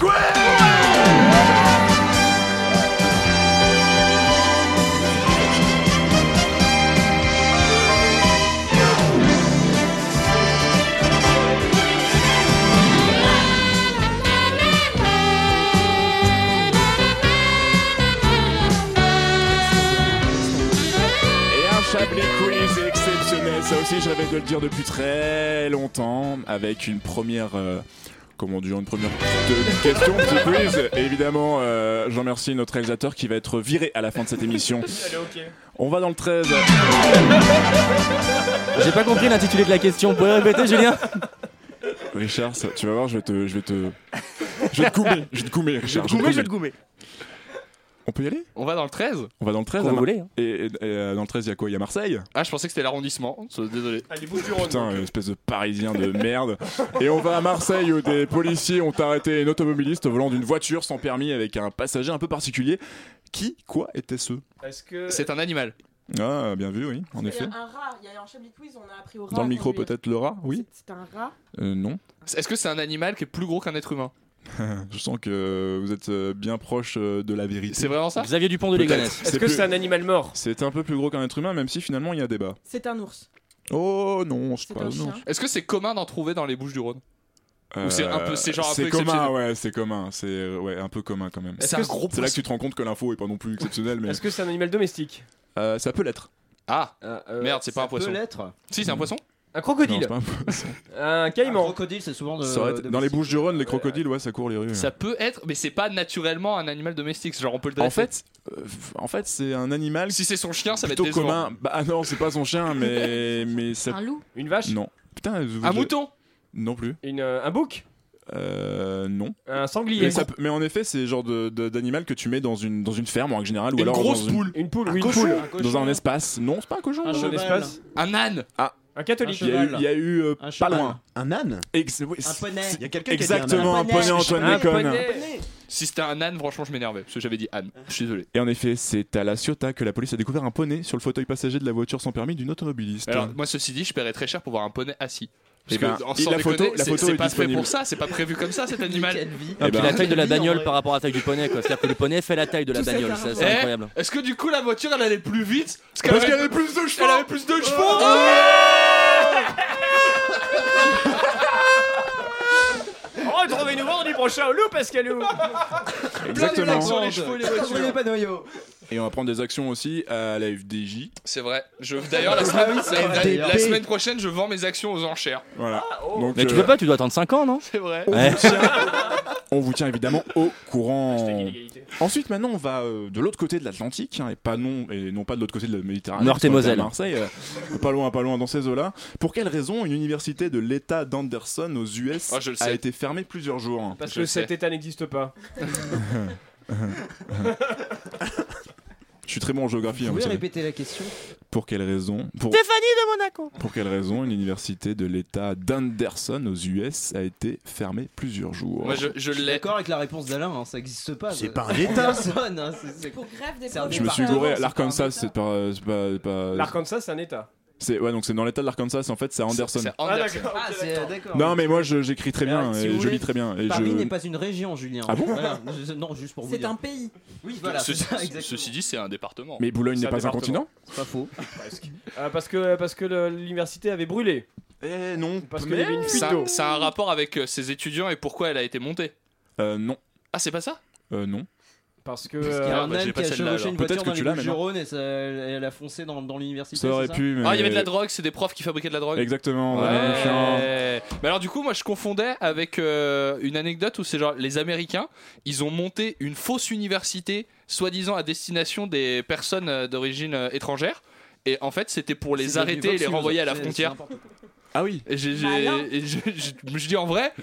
Speaker 1: Et un Chablis Quiz exceptionnel, ça aussi j'avais de le dire depuis très longtemps, avec une première... euh, comment dire, une première petite question, petit quiz. Et évidemment, euh, j'en remercie notre réalisateur qui va être viré à la fin de cette émission.
Speaker 4: Allez, ok.
Speaker 1: On va dans le 13.
Speaker 17: J'ai pas compris l'intitulé de la question. Vous pouvez répéter, Julien
Speaker 1: Richard, ça- tu vas voir, je vais te... Je vais te, je vais te goumer, je vais te goumer, Richard.
Speaker 17: goumer, je vais te
Speaker 1: goumer. On peut y aller
Speaker 15: On va dans le 13
Speaker 1: On va dans le 13
Speaker 15: Quand
Speaker 1: à
Speaker 15: vous
Speaker 1: Mar-
Speaker 15: voulez, hein.
Speaker 1: Et, et- et, euh, dans le 13, il y a quoi Il y a Marseille
Speaker 15: Ah, je pensais que c'était l'arrondissement, so- désolé.
Speaker 4: Ah,
Speaker 1: Putain, euh, espèce de parisien de merde. Et on va à Marseille où des policiers ont arrêté un automobiliste au volant d'une voiture sans permis avec un passager un peu particulier. Qui, quoi était ce
Speaker 4: Est-ce que.
Speaker 15: C'est un animal.
Speaker 1: Ah, bien vu, oui, en
Speaker 6: Il y a
Speaker 1: effet.
Speaker 6: un rat, il y a eu un Chablis Quiz, on a appris au rat.
Speaker 1: Dans le micro,
Speaker 6: conduire.
Speaker 1: peut-être le rat, oui
Speaker 6: C'est un rat.
Speaker 1: Euh, Non.
Speaker 15: Est-ce que c'est un animal qui est plus gros qu'un être humain
Speaker 1: [laughs] Je sens que vous êtes euh, bien proche euh, de la vérité.
Speaker 15: C'est vraiment ça
Speaker 17: Xavier Dupont
Speaker 15: de
Speaker 1: Peut-être.
Speaker 15: Ligonnès. Est-ce que c'est un
Speaker 4: animal mort
Speaker 1: C'est un peu plus gros qu'un être humain, même si finalement il y a débat.
Speaker 6: C'est un ours.
Speaker 1: Oh non, c'est pas.
Speaker 6: un
Speaker 1: non.
Speaker 6: chien.
Speaker 15: Est-ce que c'est commun d'en trouver dans les Bouches du Rhône
Speaker 1: Euh,
Speaker 15: Ou c'est un peu, c'est genre un peu
Speaker 1: c'est commun,
Speaker 15: exceptionnel
Speaker 1: ouais, c'est commun, c'est euh, ouais, un peu commun quand même.
Speaker 15: Est-ce C'est que un gros
Speaker 1: là que
Speaker 15: poisson.
Speaker 1: tu te rends compte que l'info est pas non plus exceptionnelle, mais
Speaker 4: Est-ce que c'est un animal domestique
Speaker 1: Euh, ça peut l'être.
Speaker 15: Ah
Speaker 4: Euh,
Speaker 15: Merde, c'est pas un poisson.
Speaker 5: l'être.
Speaker 15: Si, c'est un poisson
Speaker 4: Un
Speaker 1: Hmm. Non,
Speaker 4: crocodile
Speaker 1: c'est pas un poisson.
Speaker 4: Un caïman
Speaker 5: crocodile, c'est
Speaker 15: Euh,
Speaker 5: souvent.
Speaker 1: Ça aurait été- dans les Bouches du Rhône, les crocodiles, ouais, ça court les rues.
Speaker 15: Ça peut être, mais c'est pas naturellement un animal domestique. Genre, on peut le
Speaker 1: En
Speaker 15: dresser.
Speaker 1: fait, euh, f- en fait, c'est un animal.
Speaker 15: Si c'est son chien, ça va être
Speaker 1: plutôt
Speaker 15: décevant.
Speaker 1: commun. Bah ah non, c'est pas son chien, mais mais ça.
Speaker 15: Un
Speaker 3: loup
Speaker 4: Une vache
Speaker 1: Non. Putain. vous-
Speaker 4: Un
Speaker 1: je-
Speaker 4: mouton
Speaker 1: Non plus.
Speaker 4: Une, euh, un bouc
Speaker 1: Euh, non.
Speaker 4: Un sanglier
Speaker 1: Mais, ça peut- mais en effet, c'est le genre de- de- d'animal que tu mets dans une, dans une ferme en règle générale ou
Speaker 4: Une
Speaker 1: alors
Speaker 4: grosse
Speaker 1: dans une-
Speaker 4: poule. Une poule,
Speaker 1: Un
Speaker 4: oui, une
Speaker 1: cochon.
Speaker 4: poule. Un cochon.
Speaker 1: dans un espace. Non, c'est pas un cochon.
Speaker 4: Un cheval. espace.
Speaker 15: Un âne.
Speaker 1: Ah.
Speaker 4: Un catholique.
Speaker 1: Il y a eu, il y a eu, euh, pas loin.
Speaker 15: Un
Speaker 1: âne
Speaker 15: Un poney.
Speaker 1: Il y a quelqu'un qui a dit un Exactement, âne. un poney, Antoine
Speaker 15: Un
Speaker 1: Déconne.
Speaker 15: poney. Si c'était un âne, franchement, je m'énervais. Parce que j'avais dit
Speaker 1: Ah.
Speaker 15: âne. Je suis désolé.
Speaker 1: Et en effet, c'est à La Ciotat que la police a découvert un poney sur le fauteuil passager de la voiture sans permis d'une automobiliste.
Speaker 15: Alors, moi, ceci dit, je paierais très cher pour voir un poney assis. Parce
Speaker 1: Eh
Speaker 15: que,
Speaker 1: ben,
Speaker 15: en-
Speaker 1: et
Speaker 15: sans
Speaker 1: la
Speaker 15: déconner,
Speaker 1: photo- la
Speaker 15: c'est-
Speaker 1: photo
Speaker 15: c'est
Speaker 1: est
Speaker 15: pas fait
Speaker 1: disponible.
Speaker 15: pour ça, c'est pas prévu comme ça cet animal.
Speaker 17: Et Ah, puis la taille de la bagnole par rapport à la taille du poney, quoi. C'est-à-dire que le poney fait la taille de la
Speaker 15: Tout ça,
Speaker 17: bagnole,
Speaker 15: ça a
Speaker 17: ça,
Speaker 15: un
Speaker 17: c'est
Speaker 15: rapport.
Speaker 17: incroyable.
Speaker 15: Eh, Est-ce que du coup la voiture elle allait plus vite
Speaker 17: Parce qu'elle
Speaker 15: avait plus de chevaux Elle avait plus de chevaux
Speaker 4: Oh, retrouvez-nous vendredi prochain au loup, Pascalou
Speaker 1: Exactement.
Speaker 4: Sur les chevaux et les voitures.
Speaker 1: Et on va prendre des actions aussi à la FDJ.
Speaker 15: C'est vrai. Je- D'ailleurs, la, semaine-
Speaker 1: Ah oui, c'est
Speaker 15: la-
Speaker 1: vrai.
Speaker 15: la- la semaine prochaine, je vends mes actions aux enchères.
Speaker 1: Voilà. Donc,
Speaker 17: Mais tu
Speaker 1: euh,
Speaker 17: peux pas, tu dois attendre 5 ans, non
Speaker 15: Ah, oh. C'est vrai.
Speaker 1: on, vous tient,
Speaker 17: [laughs]
Speaker 1: on vous tient évidemment au courant. Ensuite, maintenant, on va euh, de l'autre côté de l'Atlantique, hein, et pas non et non pas de l'autre côté de la Méditerranée.
Speaker 17: Meurthe et
Speaker 1: parce qu'on était à
Speaker 17: Moselle.
Speaker 1: Marseille, euh, pas loin, pas loin dans ces eaux-là. Pour quelle raison une université de l'État d'Anderson aux US
Speaker 15: Oh, je le
Speaker 1: a
Speaker 15: sais.
Speaker 1: été fermée plusieurs jours hein
Speaker 4: Parce que cet état n'existe pas.
Speaker 1: [laughs] Je suis très bon en géographie. hein,
Speaker 5: Vous
Speaker 1: vous
Speaker 5: pouvez
Speaker 1: savez.
Speaker 5: répéter la question
Speaker 1: Pour quelle raison pour...
Speaker 22: Stéphanie de Monaco.
Speaker 1: Pour quelle raison l'université de l'État d'Anderson aux US a été fermée plusieurs jours
Speaker 15: Moi, je, je
Speaker 5: suis
Speaker 15: l'ai.
Speaker 5: d'accord avec la réponse d'Alain, hein, ça existe pas.
Speaker 1: C'est
Speaker 5: ça.
Speaker 1: pas un état.
Speaker 5: Personne, hein, [laughs] c'est- c'est-
Speaker 6: Pour grève des
Speaker 5: c'est un
Speaker 6: pauvres.
Speaker 1: Je me suis
Speaker 5: département,
Speaker 1: gouré.
Speaker 5: c'est pas un
Speaker 1: L'Arkansas,
Speaker 5: état.
Speaker 1: c'est pas, c'est pas, c'est pas-
Speaker 4: L'Arkansas, c'est un état.
Speaker 1: c'est ouais donc c'est dans l'État de l'Arkansas. En fait, c'est Anderson.
Speaker 15: C'est
Speaker 4: Ah,
Speaker 15: Anderson.
Speaker 4: d'accord.
Speaker 5: Ah, c'est- d'accord.
Speaker 1: Non mais moi je- j'écris très bien
Speaker 5: Si
Speaker 1: et
Speaker 5: vous
Speaker 1: je
Speaker 5: voulez,
Speaker 1: lis très bien et
Speaker 5: Paris
Speaker 1: je-
Speaker 5: n'est pas une région, Julien.
Speaker 1: Ah bon
Speaker 5: Voilà, je- Non, juste pour vous.
Speaker 6: C'est
Speaker 5: dire.
Speaker 6: un pays.
Speaker 5: Oui, voilà. c'est
Speaker 15: ceci,
Speaker 5: ça, exactement.
Speaker 15: ceci dit, c'est un département.
Speaker 1: Mais Boulogne
Speaker 15: C'est
Speaker 1: n'est pas un continent
Speaker 15: département.
Speaker 5: C'est pas
Speaker 1: [laughs]
Speaker 5: faux.
Speaker 4: Euh, parce que, parce que le- l'université avait brûlé.
Speaker 1: Eh non.
Speaker 4: Parce qu'il y avait une fuite
Speaker 15: Ça,
Speaker 4: d'eau.
Speaker 15: ça a un rapport avec euh, ses étudiants et pourquoi elle a été montée.
Speaker 1: Euh, non.
Speaker 15: Ah, c'est pas ça
Speaker 1: Euh, non.
Speaker 4: Parce que.
Speaker 5: Parce qu'il y a
Speaker 4: euh,
Speaker 5: un
Speaker 15: bah, j'ai
Speaker 5: âne
Speaker 15: pas
Speaker 5: Ah, qui a
Speaker 15: celle-là,
Speaker 5: chevauché
Speaker 15: alors.
Speaker 5: une voiture
Speaker 1: Peut-être que
Speaker 5: dans
Speaker 1: tu
Speaker 5: les
Speaker 1: l'as, mais non.
Speaker 5: Bouches-du-Rhône et ça- elle a foncé dans, dans l'université.
Speaker 1: Ça aurait
Speaker 5: c'est
Speaker 1: pu, mais-
Speaker 15: Ah, il y avait de la drogue, c'est des profs qui fabriquaient de la drogue.
Speaker 1: Exactement.
Speaker 15: Ouais.
Speaker 1: voilà, méchant.
Speaker 15: ouais. Mais alors du coup, moi je confondais avec euh, une anecdote où c'est genre les Américains, ils ont monté une fausse université, soi-disant à destination des personnes euh, d'origine euh, étrangère. Et en fait, c'était pour les
Speaker 1: C'est devenu
Speaker 15: arrêter et les
Speaker 1: Vox
Speaker 15: renvoyer à la
Speaker 1: News, c'est-
Speaker 15: frontière.
Speaker 1: c'est n'importe Ah oui.
Speaker 15: Et j'ai- j'ai-
Speaker 1: Malin. [laughs]
Speaker 15: et je- je je me dis en vrai,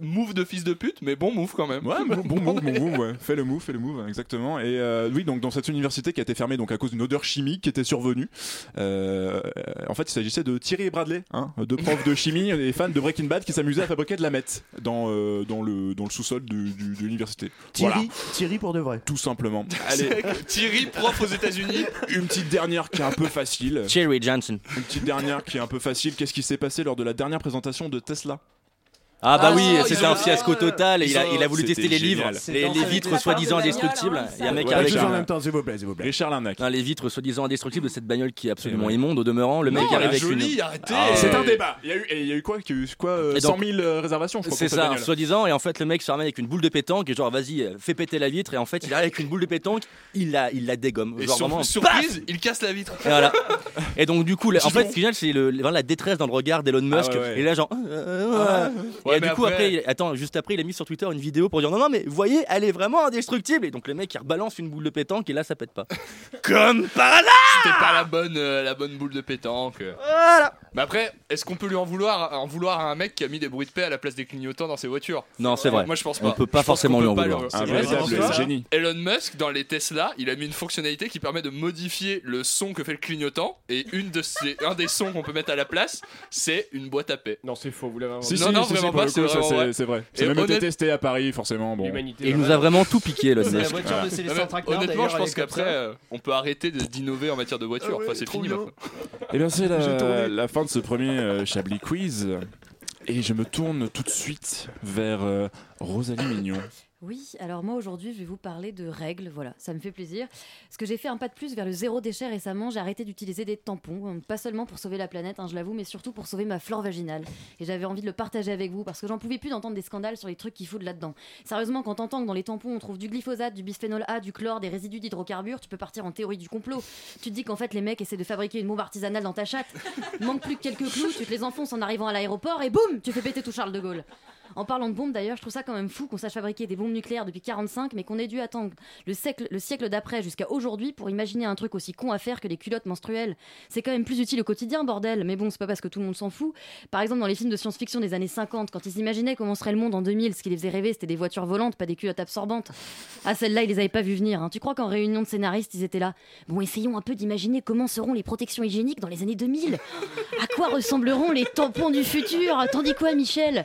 Speaker 15: move de fils de pute, mais bon move quand même.
Speaker 1: Ouais, bon, bon move, bon move, ouais. Fais le move, fais le move, exactement. Et euh, oui, donc dans cette université qui a été fermée donc à cause d'une odeur chimique qui était survenue. euh, en fait, il s'agissait de Thierry et Bradley, hein, deux profs de chimie et fans de Breaking Bad qui s'amusaient à fabriquer de la meth dans euh, dans le dans le sous-sol du- du- de l'université.
Speaker 2: Thierry,
Speaker 1: Voilà.
Speaker 2: Thierry pour de vrai.
Speaker 1: Tout simplement.
Speaker 15: Allez, Thierry, prof aux États-Unis.
Speaker 1: Une petite dernière qui est un peu facile.
Speaker 17: Thierry Johnson.
Speaker 1: Une petite dernière qui est un peu facile. Qu'est-ce qui s'est passé lors de la dernière présentation de Tesla
Speaker 17: Ah bah oui,
Speaker 1: Ah,
Speaker 17: c'était
Speaker 1: ils ont-
Speaker 17: un
Speaker 15: euh,
Speaker 17: fiasco total. et il,
Speaker 1: Ils
Speaker 17: a,
Speaker 1: ont-
Speaker 17: il a voulu
Speaker 1: c'était
Speaker 17: tester les livres,
Speaker 1: génial. C'est
Speaker 17: les,
Speaker 1: dans
Speaker 17: les
Speaker 1: sa
Speaker 17: vitres
Speaker 1: vie.
Speaker 17: soi-disant
Speaker 1: Pas de bagnole,
Speaker 17: indestructibles.
Speaker 1: hein,
Speaker 17: Il y a un mec
Speaker 1: ça.
Speaker 17: avec
Speaker 1: Tous
Speaker 17: un-
Speaker 1: en même temps,
Speaker 2: s'il vous plaît, s'il vous plaît.
Speaker 1: Richard Larnac.
Speaker 17: Ah, les vitres soi-disant indestructibles de cette bagnole qui est absolument immonde au demeurant. Le
Speaker 1: Non,
Speaker 17: mec
Speaker 1: la
Speaker 17: arrive avec
Speaker 1: jolie,
Speaker 17: une.
Speaker 1: arrêtez.
Speaker 17: Ah,
Speaker 1: C'est
Speaker 17: ouais.
Speaker 1: un débat. Il y a eu, et il y a eu quoi, Il y a eu quoi euh,
Speaker 17: Et
Speaker 1: 100
Speaker 17: donc-
Speaker 1: 000 euh, réservations, je crois.
Speaker 17: C'est
Speaker 1: pour cette
Speaker 17: ça,
Speaker 1: bagnole.
Speaker 17: soi-disant, et en fait le mec se ramène avec une boule de pétanque et genre vas-y, euh, fais péter la vitre, et en fait il arrive avec une boule de pétanque, il la, il la dégomme.
Speaker 15: Et
Speaker 17: Genre,
Speaker 15: sur-
Speaker 17: vraiment,
Speaker 15: surprise, il casse la vitre. Ah
Speaker 17: Et voilà. Et donc du coup, la- en
Speaker 15: Dis donc.
Speaker 17: fait, ce qui est génial, c'est le- le- la détresse dans le regard d'Elon Musk.
Speaker 15: Ah ouais, ouais.
Speaker 17: Et là, genre. euh, euh, euh.
Speaker 15: Ouais,
Speaker 17: et du
Speaker 15: mais
Speaker 17: coup, après,
Speaker 15: après-
Speaker 17: il- attends, juste après, il a mis sur Twitter une vidéo pour dire non, non, mais voyez, elle est vraiment indestructible. Et donc le mec, il rebalance une boule de pétanque et là, ça
Speaker 15: [laughs]
Speaker 17: pète pas. Comme par hasard
Speaker 15: C'était pas la bonne, euh, la bonne boule de pétanque.
Speaker 1: Ah
Speaker 17: Voilà.
Speaker 15: Mais Bah après, est-ce qu'on peut lui en vouloir, en vouloir à un mec qui a mis des bruits de paix à la place des clignotants dans ses voitures
Speaker 17: Non, c'est vrai.
Speaker 15: Moi, je pense pas.
Speaker 17: On peut pas
Speaker 15: Je pense
Speaker 17: forcément
Speaker 15: qu'on
Speaker 17: lui
Speaker 15: peut
Speaker 17: en
Speaker 15: pas
Speaker 17: vouloir.
Speaker 15: le-
Speaker 17: Un
Speaker 15: c'est
Speaker 17: véritable
Speaker 15: vraiment ça.
Speaker 17: génie.
Speaker 15: Elon Musk, dans les Tesla, il a mis une fonctionnalité qui permet de modifier le son que fait le clignotant. Et une de ces, un des sons qu'on peut mettre à la place, c'est une boîte à paix.
Speaker 4: Non, c'est faux, vous l'avez
Speaker 1: Si,
Speaker 15: non,
Speaker 1: si,
Speaker 15: non,
Speaker 1: si, si,
Speaker 15: vraiment
Speaker 1: pour
Speaker 15: pas,
Speaker 1: le
Speaker 15: c'est
Speaker 1: coup, ça,
Speaker 15: vraiment vrai.
Speaker 1: c'est c'est vrai. C'est
Speaker 15: Et
Speaker 1: même été
Speaker 15: honnête-
Speaker 1: testé à Paris, forcément. Bon.
Speaker 15: L'humanité
Speaker 17: Et il nous a vraiment tout piqué, Elon Musk.
Speaker 15: Voilà. Non, mais Honnêtement, je pense qu'après,
Speaker 1: ça.
Speaker 15: euh, on peut arrêter de- d'innover en matière de
Speaker 4: Ah
Speaker 15: voiture. Enfin, c'est fini maintenant.
Speaker 1: Et Eh bien, c'est
Speaker 15: J'ai
Speaker 1: la,
Speaker 15: tourné.
Speaker 1: la fin de ce premier euh, Chablis Quiz. Et je me tourne tout de suite vers euh, Rosalie Mignon.
Speaker 3: Oui, alors moi aujourd'hui je vais vous parler de règles, voilà, ça me fait plaisir. Parce que j'ai fait un pas de plus vers le zéro déchet récemment, j'ai arrêté d'utiliser des tampons, hein, pas seulement pour sauver la planète, hein, je l'avoue, mais surtout pour sauver ma flore vaginale. Et j'avais envie de le partager avec vous parce que j'en pouvais plus d'entendre des scandales sur les trucs qui foutent là-dedans. Sérieusement, quand t'entends que dans les tampons on trouve du glyphosate, du bisphénol A, du chlore, des résidus d'hydrocarbures, tu peux partir en théorie du complot. Tu te dis qu'en fait les mecs essaient de fabriquer une bombe artisanale dans ta chatte, manque plus que quelques clous, tu te les enfonces en arrivant à l'aéroport et boum, tu fais péter tout Charles de Gaulle. En parlant de bombes, d'ailleurs, je trouve ça quand même fou qu'on sache fabriquer des bombes nucléaires depuis 45, mais qu'on ait dû attendre le siècle, le siècle d'après jusqu'à aujourd'hui pour imaginer un truc aussi con à faire que les culottes menstruelles. C'est quand même plus utile au quotidien, bordel. Mais bon, c'est pas parce que tout le monde s'en fout. Par exemple, dans les films de science-fiction des années 50, quand ils imaginaient comment serait le monde en 2000, ce qui les faisait rêver, c'était des voitures volantes, pas des culottes absorbantes. Ah, celle-là, ils les avaient pas vu venir. hein. Tu crois qu'en réunion de scénaristes, ils étaient là Bon, essayons un peu d'imaginer comment seront les protections hygiéniques dans les années 2000. À quoi ressembleront les tampons du futur Tandis quoi, Michel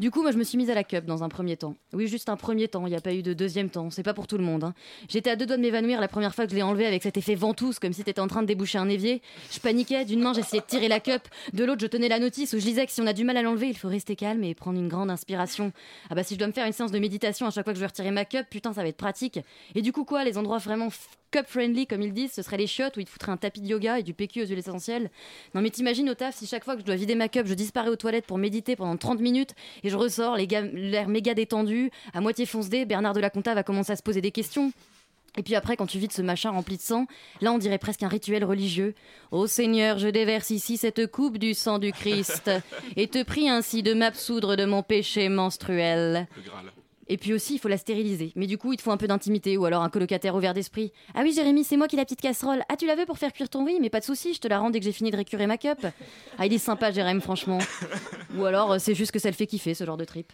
Speaker 3: du coup, moi, je me suis mise à la cup dans un premier temps. Oui, juste un premier temps. Il n'y a pas eu de deuxième temps. C'est pas pour tout le monde. hein. J'étais à deux doigts de m'évanouir la première fois que je l'ai enlevé avec cet effet ventouse, comme si t'étais en train de déboucher un évier. Je paniquais. D'une main, j'essayais de tirer la cup. De l'autre, je tenais la notice où je disais que si on a du mal à l'enlever, il faut rester calme et prendre une grande inspiration. Ah bah, si je dois me faire une séance de méditation à chaque fois que je vais retirer ma cup, putain, ça va être pratique. Et du coup, quoi, les endroits vraiment f- cup friendly comme ils disent, ce serait les chiottes où ils te foutraient un tapis de yoga et du PQ aux huiles essentielles. Non mais t'imagines au taf si chaque fois que je dois vider ma cup, je disparais aux toilettes pour méditer pendant 30 minutes et je ressors les gars- l'air méga détendu, à moitié foncedé, Bernard de la Conta va commencer à se poser des questions. Et puis après, quand tu vides ce machin rempli de sang, là on dirait presque un rituel religieux. Ô Seigneur, je déverse ici cette coupe du sang du Christ, et te prie ainsi de m'absoudre de mon péché menstruel. Et puis aussi, il faut la stériliser. Mais du coup, il te faut un peu d'intimité ou alors un colocataire ouvert d'esprit. Ah oui, Jérémy, c'est moi qui ai la petite casserole. Ah, tu l'avais pour faire cuire ton riz, mais pas de souci, je te la rends dès que j'ai fini de récurer ma cup. Ah, il est sympa, Jérémy, franchement. Ou alors, euh, c'est juste que ça le fait kiffer, ce genre de trip.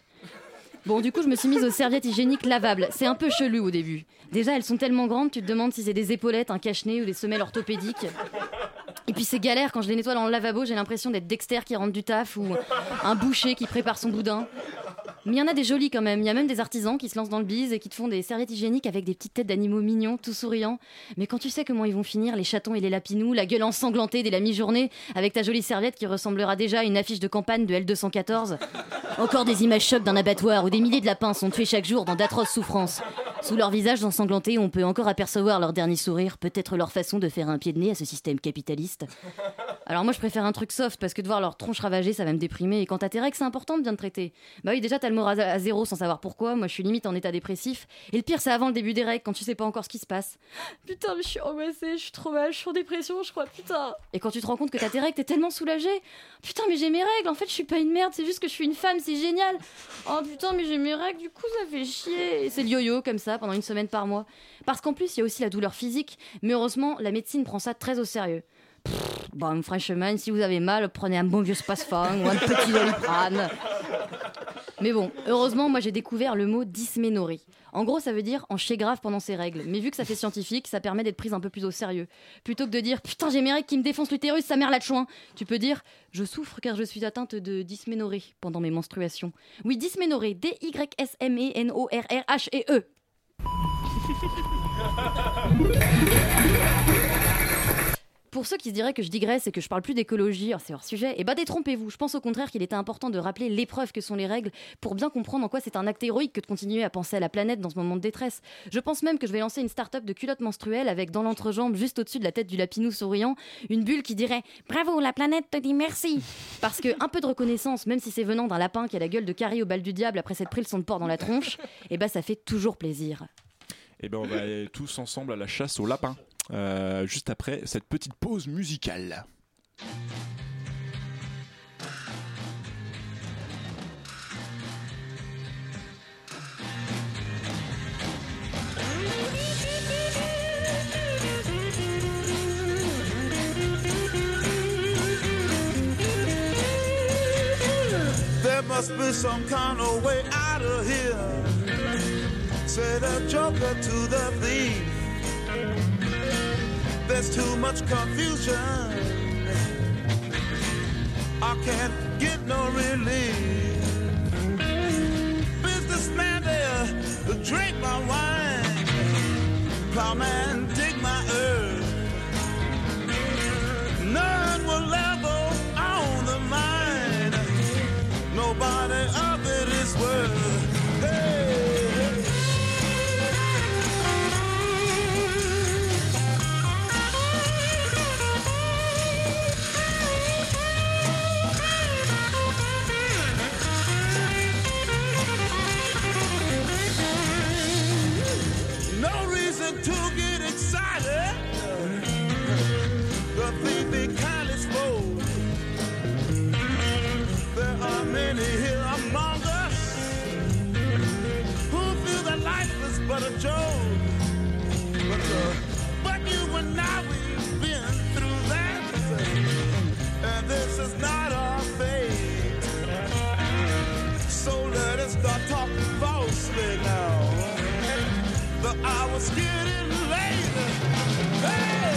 Speaker 3: Bon, du coup, je me suis mise aux serviettes hygiéniques lavables. C'est un peu chelou au début. Déjà, elles sont tellement grandes, tu te demandes si c'est des épaulettes, un cache-nez ou des semelles orthopédiques. Et puis c'est galère quand je les nettoie dans le lavabo, j'ai l'impression d'être Dexter qui rentre du taf ou un boucher qui prépare son boudin. Mais il y en a des jolis quand même. Il y a même des artisans qui se lancent dans le bise et qui te font des serviettes hygiéniques avec des petites têtes d'animaux mignons, tout souriants. Mais quand tu sais comment ils vont finir, les chatons et les lapinous, la gueule ensanglantée dès la mi-journée, avec ta jolie serviette qui ressemblera déjà à une affiche de campagne de L214. Encore des images chocs d'un abattoir où des milliers de lapins sont tués chaque jour dans d'atroces souffrances. Sous leurs visages ensanglantés, on peut encore apercevoir leur dernier sourire, peut-être leur façon de faire un pied de nez à ce système capitaliste. Alors moi, je préfère un truc soft parce que de voir leur tronche ravagée, ça va me déprimer. Et quant à tes règles, c'est important de bien te traiter. Bah oui, déjà, t'as le moral à à zéro sans savoir pourquoi. Moi, je suis limite en état dépressif. Et le pire, c'est avant le début des règles, quand tu sais pas encore ce qui se passe. Putain, mais je suis angoissée, je suis trop mal, je suis en dépression, je crois, putain. Et quand tu te rends compte que t'as tes règles, t'es tellement soulagée. Putain, mais j'ai mes règles, en fait, je suis pas une merde, c'est juste que je suis une femme, c'est génial. Oh putain, mais j'ai mes règles, du coup, ça fait chier. Et c'est le yo-yo comme ça pendant une semaine par mois. Parce qu'en plus, il y a aussi la douleur physique, mais heureusement, la médecine prend ça très au sérieux. Pff, Bon, franchement, si vous avez mal, prenez un bon vieux Spasfang ou un petit Doliprane. Mais bon, heureusement, moi j'ai découvert le mot dysménorrhée. En gros, ça veut dire en chier grave pendant ses règles. Mais vu que ça fait scientifique, ça permet d'être prise un peu plus au sérieux. Plutôt que de dire putain, j'ai mes règles qui me défoncent l'utérus, sa mère la chouin. Tu peux dire je souffre car je suis atteinte de dysménorrhée pendant mes menstruations. Oui, dysménorrhée, E D-Y-S-M-E-N-O-R-R-H-E-E. Pour ceux qui se diraient que je digresse et que je parle plus d'écologie, alors c'est hors sujet, et bah détrompez-vous. Je pense au contraire qu'il était important de rappeler l'épreuve que sont les règles pour bien comprendre en quoi c'est un acte héroïque que de continuer à penser à la planète dans ce moment de détresse. Je pense même que je vais lancer une start-up de culottes menstruelles avec dans l'entrejambe, juste au-dessus de la tête du lapinou souriant, une bulle qui dirait Bravo, la planète te dit merci Parce que un peu de reconnaissance, même si c'est venant d'un lapin qui a la gueule de carie au bal du diable après s'être pris le son de porc dans la tronche, et bah ça fait toujours plaisir.
Speaker 1: Et ben on va aller tous ensemble à la chasse au lapin. euh, juste après cette petite pause musicale.
Speaker 18: There must be some kind of way out of here. Said the joker to the thief. There's too much confusion. I can't get no relief. Businessman there, drink my wine. Plowman, dig my earth. None will level on the mind. Nobody of it is worth. Hey. No reason to get excited. The thief be kindly spoke. There are many here among us who feel that life is but a joke. But, uh, but you and I, we've been through that. And this is not our fate. So let us start talking falsely now the hour's getting late. Hey!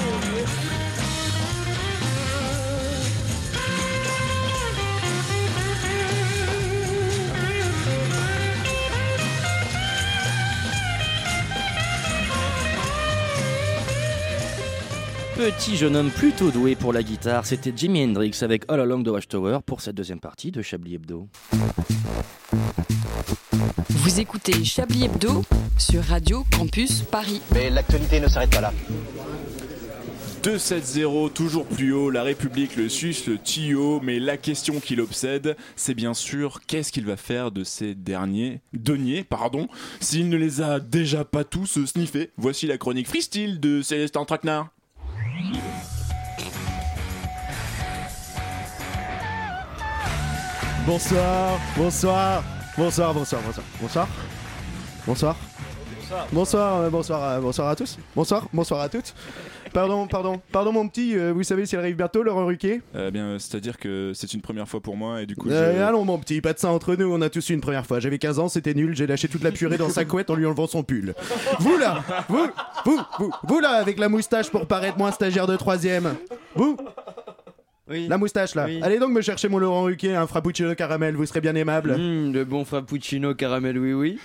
Speaker 17: Petit jeune homme plutôt doué pour la guitare, c'était Jimi Hendrix avec All Along the Watchtower pour cette deuxième partie de Chablis Hebdo.
Speaker 11: Vous écoutez Chablis Hebdo sur Radio Campus Paris.
Speaker 12: Mais l'actualité ne s'arrête pas là.
Speaker 1: 2-7-0, toujours plus haut, la République, le Suisse, le Tio, mais la question qui l'obsède, c'est bien sûr qu'est-ce qu'il va faire de ces derniers deniers, pardon, s'il ne les a déjà pas tous euh, sniffés. Voici la chronique freestyle de Célestin Traquenard.
Speaker 2: [laughs] Bonsoir, bonsoir, bonsoir, bonsoir, bonsoir, bonsoir, bonsoir. Bonsoir, euh, bonsoir, à- bonsoir à tous. Bonsoir, bonsoir à toutes. Pardon, pardon, pardon mon petit. euh, vous savez s'il arrive bientôt, Laurent Ruquier.
Speaker 1: Eh bien, euh, c'est-à-dire que c'est une première fois pour moi et du coup,
Speaker 2: Euh,
Speaker 1: je-
Speaker 2: Allons mon petit, pas de ça entre nous. On a tous eu une première fois. J'avais 15 ans, c'était nul. J'ai lâché toute la purée dans sa couette en lui enlevant son pull. Vous là, vous, vous, vous, vous là avec la moustache pour paraître moins stagiaire de troisième. Vous. La moustache là. Allez donc me chercher mon Laurent
Speaker 5: Mmh,
Speaker 2: Ruquier, un frappuccino caramel. Vous serez bien aimable.
Speaker 5: le bon frappuccino caramel, oui, oui.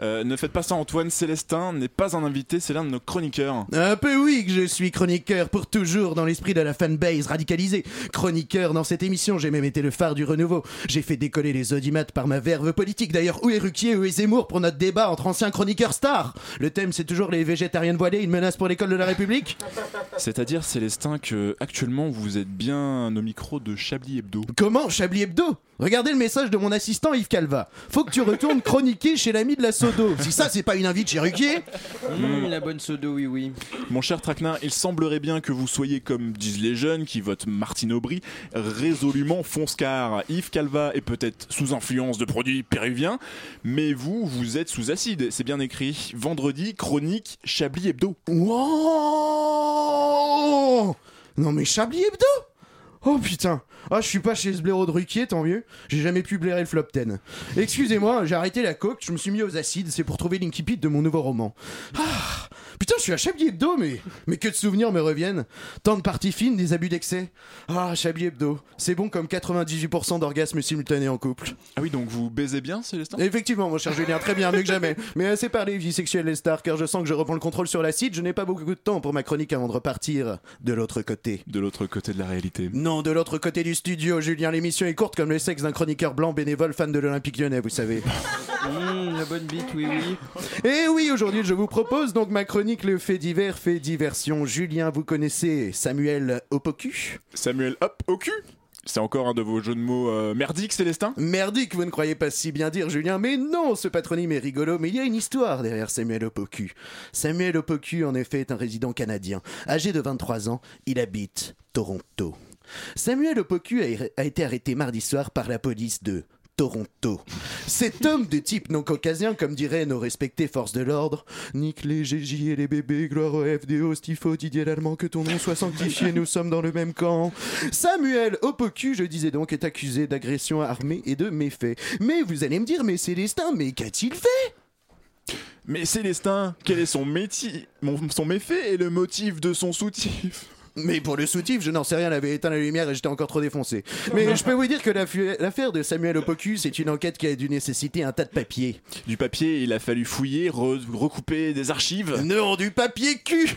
Speaker 1: Euh, ne faites pas ça, Antoine Célestin n'est pas un invité, c'est l'un de nos chroniqueurs.
Speaker 2: Un peu oui que je suis chroniqueur pour toujours dans l'esprit de la fanbase radicalisée. Chroniqueur dans cette émission, j'ai même été le phare du renouveau. J'ai fait décoller les audimates par ma verve politique. D'ailleurs, où est Ruquier, où est Zemmour pour notre débat entre anciens chroniqueurs stars Le thème c'est toujours les végétariennes voilées, une menace pour l'école de la République
Speaker 1: C'est-à-dire, Célestin, que actuellement vous êtes bien au micro de Chablis Hebdo.
Speaker 2: Comment Chablis Hebdo Regardez le message de mon assistant Yves Calva. Faut que tu retournes chroniquer chez l'ami de la Sodo. Si ça, c'est pas une invite chez Ruquier.
Speaker 5: Mmh, la bonne soda, oui, oui.
Speaker 1: Mon cher Traquenard, il semblerait bien que vous soyez, comme disent les jeunes qui votent Martine Aubry, résolument fonce-car. Yves Calva est peut-être sous influence de produits péruviens, mais vous, vous êtes sous acide. C'est bien écrit. Vendredi, chronique Chablis Hebdo.
Speaker 2: Wow Non mais Chablis Hebdo Oh putain Ah je suis pas chez ce blaireau de Ruquier, tant mieux. J'ai jamais pu blairer le flop 10. Excusez-moi, j'ai arrêté la coque, je me suis mis aux acides, c'est pour trouver l'incipit de mon nouveau roman. Ah Putain, je suis à Chablis Hebdo, mais... mais que de souvenirs me reviennent. Tant de parties fines, des abus d'excès. Ah, Chablis Hebdo, c'est bon comme 98% d'orgasmes simultanés en couple.
Speaker 1: Ah oui, donc vous baisez bien, Célestin
Speaker 2: Effectivement, mon cher Julien, très bien, mieux que jamais. Mais assez parlé, vie sexuelle les stars, car je sens que je reprends le contrôle sur l'acide, je n'ai pas beaucoup de temps pour ma chronique avant de repartir de l'autre côté.
Speaker 1: De l'autre côté de la réalité.
Speaker 2: Non, de l'autre côté du studio, Julien, l'émission est courte comme le sexe d'un chroniqueur blanc bénévole fan de l'Olympique lyonnais, vous savez.
Speaker 5: Mmh, la bonne bite, oui, oui.
Speaker 2: Et oui, aujourd'hui, je vous propose donc ma chronique Le fait divers, fait diversion. Julien, vous connaissez Samuel Opoku
Speaker 1: Samuel, hop, au cul c'est encore un de vos jeux de mots euh, merdiques, Célestin
Speaker 2: Merdique, vous ne croyez pas si bien dire, Julien, mais non, ce patronyme est rigolo, mais il y a une histoire derrière Samuel Opoku. Samuel Opoku, en effet, est un résident canadien. Âgé de 23 ans, il habite Toronto. Samuel Opoku a- a été arrêté mardi soir par la police de Toronto. Cet homme de type non caucasien, comme diraient nos respectées forces de l'ordre, nique les GJ et les bébés, gloire au FDO, Stifo, Didier Lallemand, que ton nom soit sanctifié, nous sommes dans le même camp. Samuel Opoku, je disais donc, est accusé d'agression armée et de méfaits. Mais vous allez me dire, mais Célestin, mais qu'a-t-il fait
Speaker 1: Mais Célestin, quel est son métier, mon- son méfait et le motif de son soutif
Speaker 2: Mais pour le soutif, je n'en sais rien, elle avait éteint la lumière et j'étais encore trop défoncé. Mais je peux vous dire que l'affu- l'affaire de Samuel Opoku, c'est une enquête qui a dû nécessiter un tas de papiers.
Speaker 1: Du papier, il a fallu fouiller, re- recouper des archives.
Speaker 2: Non, du papier [laughs]
Speaker 1: [laughs]
Speaker 2: cul
Speaker 1: C'est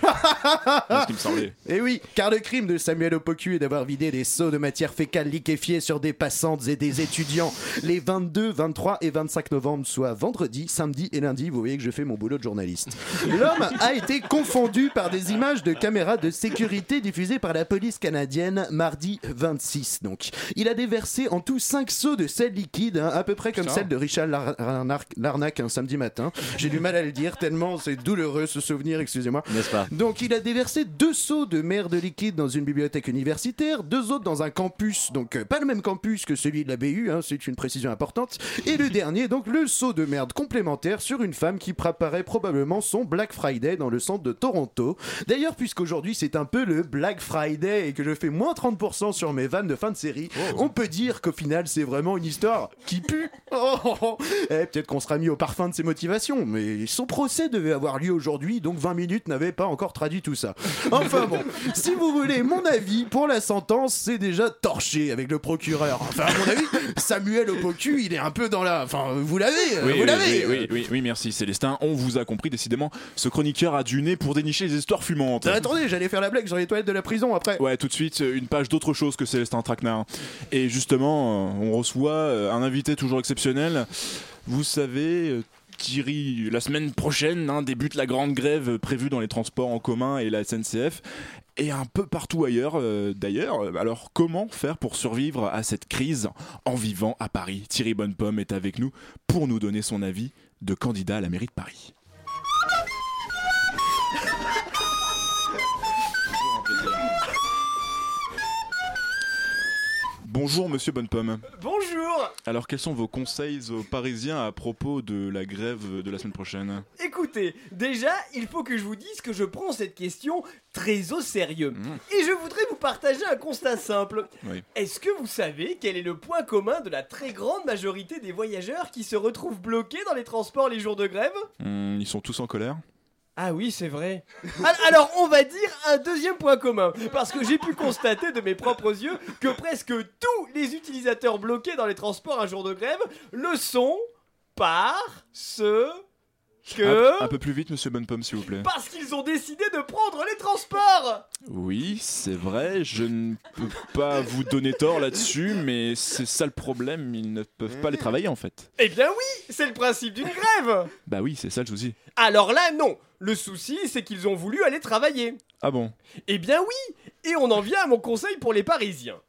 Speaker 1: ce qui me semblait.
Speaker 2: Eh oui, car le crime de Samuel Opoku est d'avoir vidé des seaux de matière fécale liquéfiée sur des passantes et des étudiants les 22, 23 et 25 novembre, soit vendredi, samedi et lundi. Vous voyez que je fais mon boulot de journaliste. L'homme a été confondu par des images de caméras de sécurité diffusées par la police canadienne mardi 26. Donc, il a déversé en tout 5 seaux de sel liquide, hein, à peu près comme
Speaker 1: Putain.
Speaker 2: celle de Richard Lar- Larnac Larnac un samedi matin. J'ai du mal à le dire tellement c'est douloureux ce souvenir, excusez-moi.
Speaker 17: N'est-ce pas
Speaker 2: Donc il a déversé deux seaux de merde liquide dans une bibliothèque universitaire, deux autres dans un campus, donc euh, pas le même campus que celui de la BU, hein, c'est une précision importante, et le dernier, donc le seau de merde complémentaire sur une femme qui préparait probablement son Black Friday dans le centre de Toronto. D'ailleurs, puisqu'aujourd'hui c'est un peu le Black Friday et que je fais moins 30% sur mes vannes de fin de série,
Speaker 1: Oh.
Speaker 2: on peut dire qu'au final c'est vraiment une histoire qui pue. [laughs] Oh, oh, oh. Eh, peut-être qu'on sera mis au parfum de ses motivations, mais son procès devait avoir lieu aujourd'hui, donc 20 minutes n'avaient pas encore traduit
Speaker 1: [laughs]
Speaker 2: tout ça. Enfin bon, si vous voulez mon avis, pour la sentence, c'est déjà torché avec le procureur. Enfin, à mon avis, Samuel Opoku, il est un peu dans la... Enfin, vous l'avez, euh,
Speaker 1: Oui,
Speaker 2: vous
Speaker 1: oui, oui,
Speaker 2: l'avez
Speaker 1: oui, oui, oui, merci Célestin, on vous a compris décidément, ce chroniqueur a du nez pour dénicher les histoires fumantes.
Speaker 2: Euh, Attendez, j'allais faire la blague sur les toilettes de la prison après.
Speaker 1: Ouais, tout de suite, euh, une page d'autre chose que Célestin Traquenard. Et justement, euh, on reçoit euh, un invité toujours exceptionnel. Vous savez, euh, Thierry, la semaine prochaine hein, débute la grande grève prévue dans les transports en commun et la SNCF. Et un peu partout ailleurs, euh, d'ailleurs. Alors, comment faire pour survivre à cette crise en vivant à Paris Thierry Bonnepomme est avec nous pour nous donner son avis de candidat à la mairie de Paris. Bonjour, monsieur Bonnepomme.
Speaker 4: Bonjour
Speaker 1: Alors, quels sont vos conseils aux Parisiens à propos de la grève de la semaine prochaine
Speaker 4: Écoutez, déjà, il faut que je vous dise que je prends cette question très au sérieux. Et je voudrais vous partager un constat simple.
Speaker 1: Oui.
Speaker 4: Est-ce que vous savez quel est le point commun de la très grande majorité des voyageurs qui se retrouvent bloqués dans les transports les jours de grève
Speaker 1: Hmm, ils sont tous en colère
Speaker 4: Ah oui, c'est vrai. Al- Alors, on va dire un deuxième point commun, parce que j'ai pu constater de mes propres yeux que presque tous les utilisateurs bloqués dans les transports un jour de grève le sont par ce Ah,
Speaker 6: que.
Speaker 1: Un, un peu plus vite, monsieur Bonne Pomme, s'il vous plaît.
Speaker 6: Parce qu'ils ont décidé de prendre les transports
Speaker 1: Oui, c'est vrai, je ne peux pas vous donner tort là-dessus, mais c'est ça le problème, ils ne peuvent pas les travailler en fait.
Speaker 6: Eh bien oui, c'est le principe d'une grève
Speaker 1: Bah oui, c'est ça le souci.
Speaker 6: Alors là, non Le souci, c'est qu'ils ont voulu aller travailler.
Speaker 1: Ah bon
Speaker 6: Eh bien oui Et on en vient à mon conseil pour les Parisiens.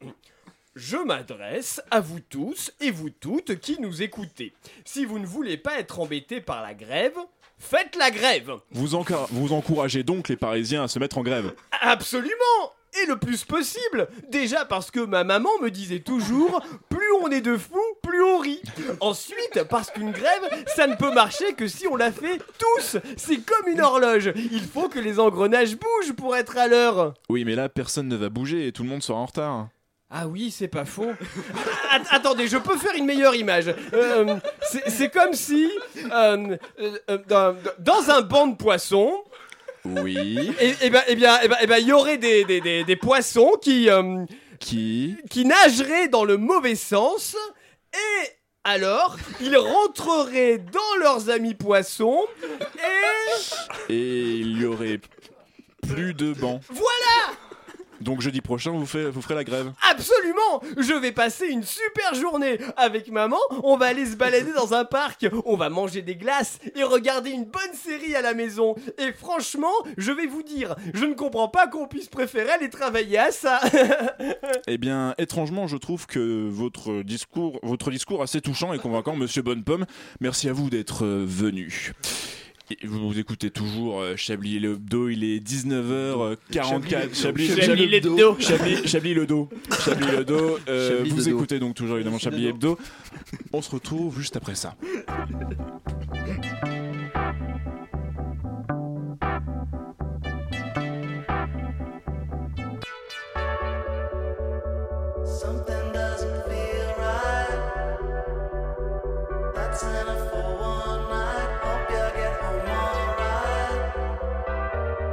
Speaker 6: Je m'adresse à vous tous et vous toutes qui nous écoutez. Si vous ne voulez pas être embêtés par la grève, faites la grève
Speaker 1: vous, enca- vous encouragez donc les Parisiens à se mettre en grève
Speaker 6: Absolument Et le plus possible Déjà parce que ma maman me disait toujours plus on est de fous, plus on rit. Ensuite, parce qu'une grève, ça ne peut marcher que si on la fait tous C'est comme une horloge Il faut que les engrenages bougent pour être à l'heure
Speaker 1: Oui, mais là, personne ne va bouger et tout le monde sera en retard.
Speaker 6: Ah oui, c'est pas faux. [laughs] Att- attendez, je peux faire une meilleure image. Euh, c'est c'est comme si, euh, euh, euh, dans, dans un banc de poissons,
Speaker 1: Oui.
Speaker 6: et, et ben, et bien, et ben, et ben, il y aurait des, des, des, des poissons qui, euh,
Speaker 1: qui,
Speaker 6: qui nageraient dans le mauvais sens, et alors, ils rentreraient dans leurs amis poissons, et
Speaker 1: Et il y aurait plus de bancs.
Speaker 6: voilà
Speaker 1: Donc jeudi prochain, vous, fait- vous ferez la grève.
Speaker 6: Absolument Je vais passer une super journée Avec maman, on va aller se balader dans un parc, on va manger des glaces et regarder une bonne série à la maison. Et franchement, je vais vous dire, je ne comprends pas qu'on puisse préférer aller travailler à ça. [laughs]
Speaker 1: Eh bien, étrangement, je trouve que votre discours, votre discours assez touchant et convaincant, monsieur Bonne Pomme. Merci à vous d'être euh, venu. Et vous vous écoutez toujours euh, Chablis le dos, il est 19h44.
Speaker 6: Chablis
Speaker 1: Chablis
Speaker 6: l'Hebdo.
Speaker 1: Chablis
Speaker 6: Chablis l'Hebdo.
Speaker 1: Chablis- Chablis le dos. Chablis le dos. Euh,
Speaker 6: Chablis
Speaker 1: Vous
Speaker 6: le dos.
Speaker 1: écoutez donc toujours évidemment Chablis Hebdo. On se retrouve juste après ça.
Speaker 20: Something doesn't feel right. That's enough for one night. Hope you get home alright.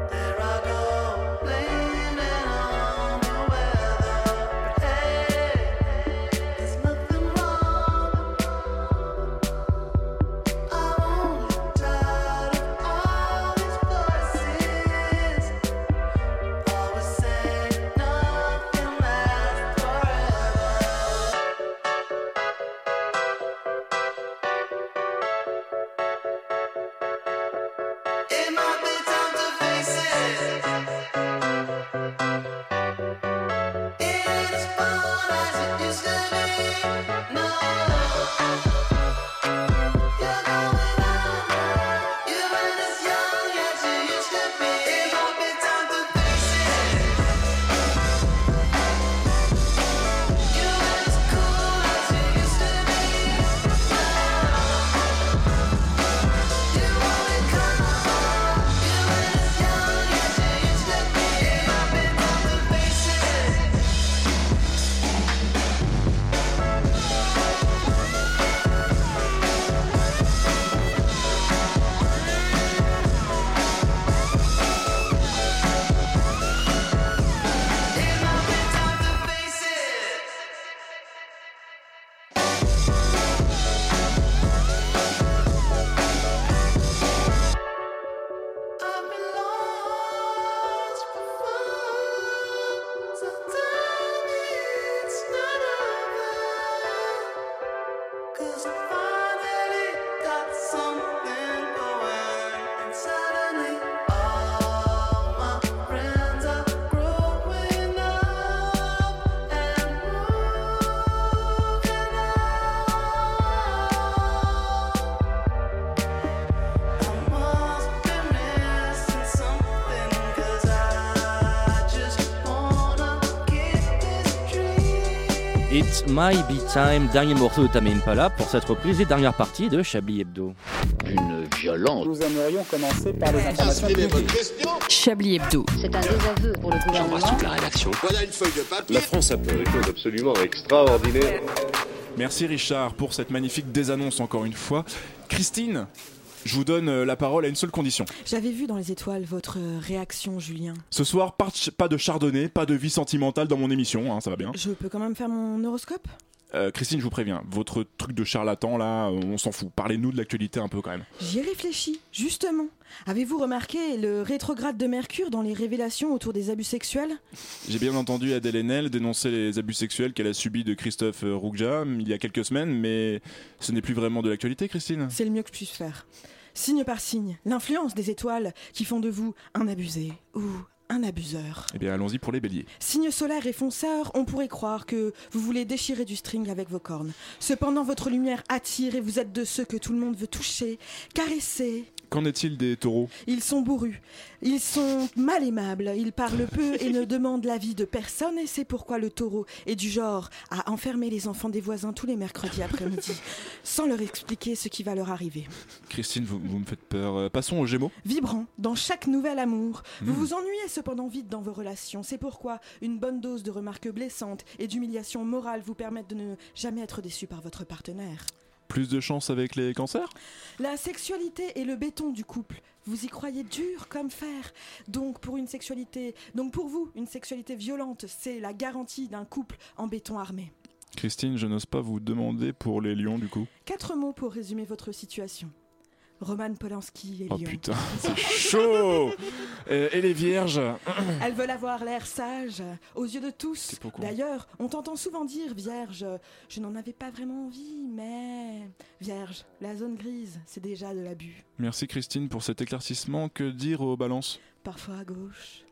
Speaker 20: There I go, blaming on the weather. But hey, there's nothing wrong. I'm only tired of all these voices. Always saying nothing lasts forever. It might be time to face it. It ain't as fun as it used to be. No, you're going under. You ain't as young as you used to be. It might be time to face it. You ain't as cool as you used to be. No, you only come on. You ain't as young as you used to be. It might be time to face it.
Speaker 17: It might be time, dernier morceau de Tame Impala pour cette reprise et dernière partie de Chablis Hebdo.
Speaker 25: D'une violence.
Speaker 26: Nous aimerions commencer par les informations publiques.
Speaker 27: Chablis Hebdo.
Speaker 11: C'est un désaveu pour le gouvernement.
Speaker 25: la rédaction.
Speaker 8: Voilà une feuille de papier.
Speaker 25: La France a peur.
Speaker 8: Des choses absolument extraordinaires.
Speaker 1: Merci Richard pour cette magnifique désannonce encore une fois. Christine, je vous donne euh, la parole à une seule condition.
Speaker 13: J'avais vu dans les étoiles votre euh, réaction, Julien.
Speaker 1: Ce soir, pas de ch- pas de chardonnay, pas de vie sentimentale dans mon émission, hein, ça va bien.
Speaker 13: Je peux quand même faire mon horoscope
Speaker 1: Euh, Christine, je vous préviens, votre truc de charlatan là, euh, on s'en fout. Parlez-nous de l'actualité un peu quand même.
Speaker 13: J'y ai réfléchi, justement. Avez-vous remarqué le rétrograde de Mercure dans les révélations autour des abus sexuels
Speaker 1: J'ai bien entendu Adèle Haenel dénoncer les abus sexuels qu'elle a subis de Christophe euh, Rougja il y a quelques semaines, mais ce n'est plus vraiment de l'actualité, Christine.
Speaker 13: C'est le mieux que je puisse faire. Signe par signe, l'influence des étoiles qui font de vous un abusé ou un abuseur.
Speaker 1: Eh bien, allons-y pour les béliers.
Speaker 13: Signe solaire et fonceur, on pourrait croire que vous voulez déchirer du string avec vos cornes. Cependant, votre lumière attire et vous êtes de ceux que tout le monde veut toucher, caresser.
Speaker 1: Qu'en est-il des taureaux
Speaker 13: Ils sont bourrus, ils sont mal aimables, ils parlent peu et ne demandent l'avis de personne et c'est pourquoi le taureau est du genre à enfermer les enfants des voisins tous les mercredis après-midi sans leur expliquer ce qui va leur arriver.
Speaker 1: Christine, vous, vous me faites peur. Euh, Passons aux gémeaux.
Speaker 13: Vibrant dans chaque nouvel amour, vous
Speaker 1: Mm.
Speaker 13: vous ennuyez cependant vite dans vos relations. C'est pourquoi une bonne dose de remarques blessantes et d'humiliation morale vous permettent de ne jamais être déçu par votre partenaire.
Speaker 1: Plus de chance avec les cancers
Speaker 13: La sexualité est le béton du couple. Vous y croyez dur comme fer. Donc pour une sexualité, donc pour vous, une sexualité violente, c'est la garantie d'un couple en béton armé.
Speaker 1: Christine, je n'ose pas vous demander pour les lions du coup.
Speaker 13: Quatre mots pour résumer votre situation. Roman Polanski et
Speaker 1: Oh
Speaker 13: Lyon.
Speaker 1: putain, [laughs] c'est chaud Euh, Et les vierges [clears throat]
Speaker 13: [laughs] Elles veulent avoir l'air sage aux yeux de tous.
Speaker 1: T'es pas au courant.
Speaker 13: D'ailleurs, on t'entend souvent dire, Vierge, je n'en avais pas vraiment envie, mais Vierge, la zone grise, c'est déjà de l'abus.
Speaker 1: Merci Christine pour cet éclaircissement. Que dire aux balances
Speaker 13: Parfois à gauche,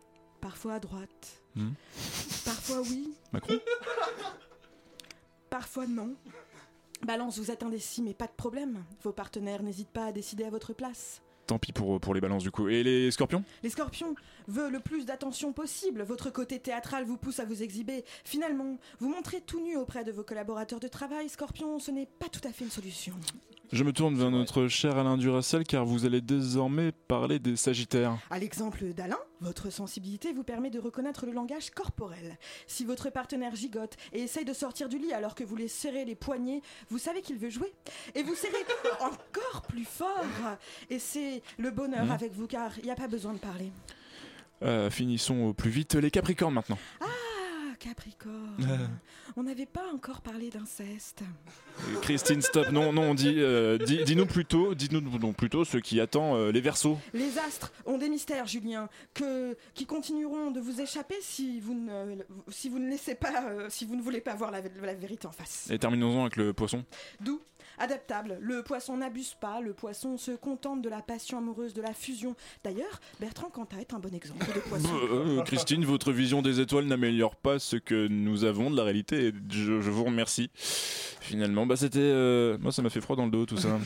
Speaker 13: parfois à droite,
Speaker 1: Hmm
Speaker 13: parfois oui,
Speaker 1: Macron
Speaker 13: [laughs] parfois non. Balance, vous êtes indécis, mais pas de problème. Vos partenaires n'hésitent pas à décider à votre place.
Speaker 1: Tant pis pour, pour les balances du coup. Et les scorpions
Speaker 13: Les scorpions veulent le plus d'attention possible. Votre côté théâtral vous pousse à vous exhiber. Finalement, vous montrez tout nu auprès de vos collaborateurs de travail. Scorpion, ce n'est pas tout à fait une solution.
Speaker 1: Je me tourne vers notre cher Alain Duracel car vous allez désormais parler des sagittaires.
Speaker 13: À l'exemple d'Alain, votre sensibilité vous permet de reconnaître le langage corporel. Si votre partenaire gigote et essaye de sortir du lit alors que vous lui serrez les poignets, vous savez qu'il veut jouer. Et vous serrez encore plus fort. Et c'est le bonheur
Speaker 1: Mhm.
Speaker 13: avec vous car il n'y a pas besoin de parler.
Speaker 1: Euh, finissons au plus vite les capricornes maintenant.
Speaker 13: Ah, Capricorne,
Speaker 1: Euh.
Speaker 13: on n'avait pas encore parlé d'inceste.
Speaker 1: Euh, Christine, stop, non, non, dis, euh, dis, dis-nous plutôt, dites-nous donc plutôt ce qui attend euh, les versos.
Speaker 13: Les astres ont des mystères, Julien, que, qui continueront de vous échapper si vous ne, si vous ne laissez pas, euh, si vous ne voulez pas voir la, la vérité en face.
Speaker 1: Et terminons-en avec le poisson.
Speaker 13: D'où, adaptable, le poisson n'abuse pas, le poisson se contente de la passion amoureuse, de la fusion. D'ailleurs, Bertrand Cantat est un bon exemple de poisson.
Speaker 7: [laughs]
Speaker 1: Euh, Christine, votre vision des étoiles n'améliore pas ce que nous avons de la réalité. et Je, je vous remercie. Finalement, bah c'était. euh, Moi, ça m'a fait froid dans le dos tout [laughs] ça.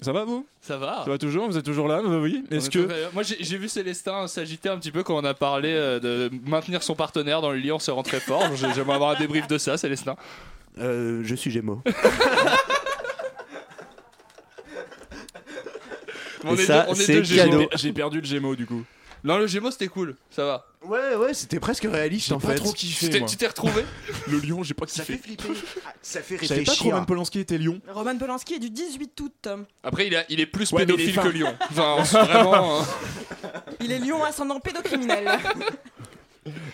Speaker 1: Ça va vous
Speaker 15: Ça va.
Speaker 1: Ça va toujours Vous êtes Ah. toujours là Bah Oui. Est-ce que
Speaker 15: Moi j'ai j'ai vu Célestin s'agiter un petit peu quand on a parlé euh, de maintenir son partenaire dans le lit en serrant très fort. J'ai- J'aimerais avoir un débrief de ça, Célestin.
Speaker 2: Euh, je suis
Speaker 15: [laughs]
Speaker 2: Gémeaux.
Speaker 15: On
Speaker 2: Et
Speaker 15: est
Speaker 2: ça,
Speaker 15: deux- on est
Speaker 2: c'est
Speaker 15: deux Gémeaux.
Speaker 2: cadeau.
Speaker 1: J'ai perdu le Gémeaux du coup.
Speaker 15: Non, le Gémeaux c'était cool, ça va.
Speaker 2: Ouais, ouais, c'était presque réaliste en
Speaker 1: pas
Speaker 2: fait.
Speaker 1: trop kiffé,
Speaker 15: Tu t'es- moi. tu t'es retrouvé [laughs]
Speaker 1: Le lion, j'ai pas kiffé.
Speaker 2: Ça fait
Speaker 1: Je savais pas trop même Polanski était lion.
Speaker 13: Roman Polanski est du 18 août.
Speaker 15: Après, il, a- il est plus
Speaker 1: Ouais, mais il est
Speaker 15: pédophile
Speaker 1: fin.
Speaker 15: que Lyon. [laughs] Enfin, vraiment. hein.
Speaker 13: Il est lion ascendant pédocriminel.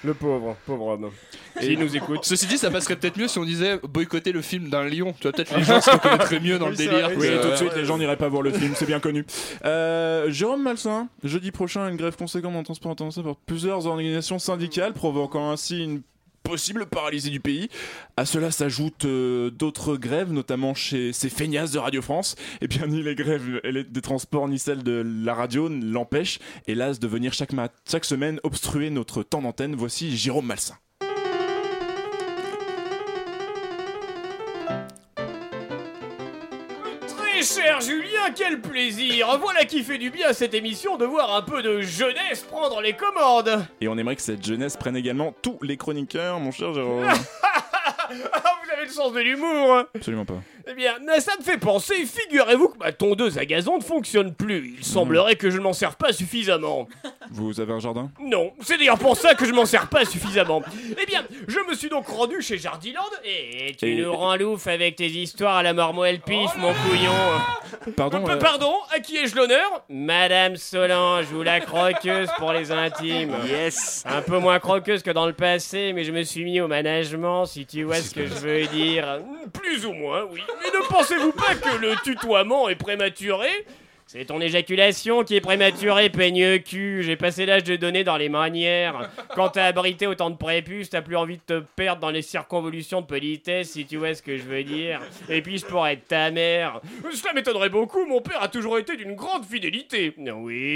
Speaker 4: Le pauvre, pauvre homme.
Speaker 15: Et
Speaker 4: il nous écoute.
Speaker 15: Ceci dit, ça passerait peut-être mieux si on disait boycotter le film d'un lion. Tu vois, peut-être les gens se reconnaîtraient mieux dans le délire.
Speaker 1: Oui,
Speaker 15: que- euh,
Speaker 1: tout de suite, les gens n'iraient pas voir le film, c'est bien connu. Euh, Jérôme Malsain, jeudi prochain, une grève conséquente en transport en tendance par plusieurs organisations syndicales, provoquant ainsi une possible paralysie du pays. À cela s'ajoutent euh, d'autres grèves, notamment chez ces feignasses de Radio France. Et bien, ni les grèves et les- des transports, ni celles de la radio ne l'empêchent, hélas, de venir chaque, mat- chaque semaine obstruer notre temps d'antenne. Voici Jérôme Malsain.
Speaker 4: Très cher Julien, quel plaisir Voilà qui fait du bien à cette émission de voir un peu de jeunesse prendre les commandes
Speaker 1: Et on aimerait que cette jeunesse prenne également tous les chroniqueurs, mon cher Jérôme.
Speaker 4: Ah, vous avez le sens de l'humour
Speaker 1: hein. Absolument pas.
Speaker 4: Eh bien, ça me fait penser, figurez-vous que ma tondeuse à gazon ne fonctionne plus. Il semblerait que je ne m'en serve pas suffisamment.
Speaker 1: Vous avez un jardin
Speaker 4: Non, c'est d'ailleurs pour ça que je m'en sers pas suffisamment. Eh bien, je me suis donc rendu chez Jardiland et tu
Speaker 1: Et-
Speaker 4: nous rends louf avec tes histoires à la marmotte pif, mon couillon.
Speaker 1: Pardon,
Speaker 4: Euh,
Speaker 1: euh,
Speaker 4: Pardon, à qui ai-je l'honneur Madame Solange ou la croqueuse pour les intimes. Yes. Un peu moins croqueuse que dans le passé, mais je me suis mis au management, si tu vois ce que je veux dire. Plus ou moins, oui. Mais ne pensez-vous pas que le tutoiement est prématuré c'est ton éjaculation qui est prématurée, peigne cul. J'ai passé l'âge de donner dans les manières. Quand t'as abrité autant de prépuces, t'as plus envie de te perdre dans les circonvolutions de politesse, si tu vois ce que je veux dire. Et puis je pourrais être ta mère. Cela m'étonnerait beaucoup, mon père a toujours été d'une grande fidélité.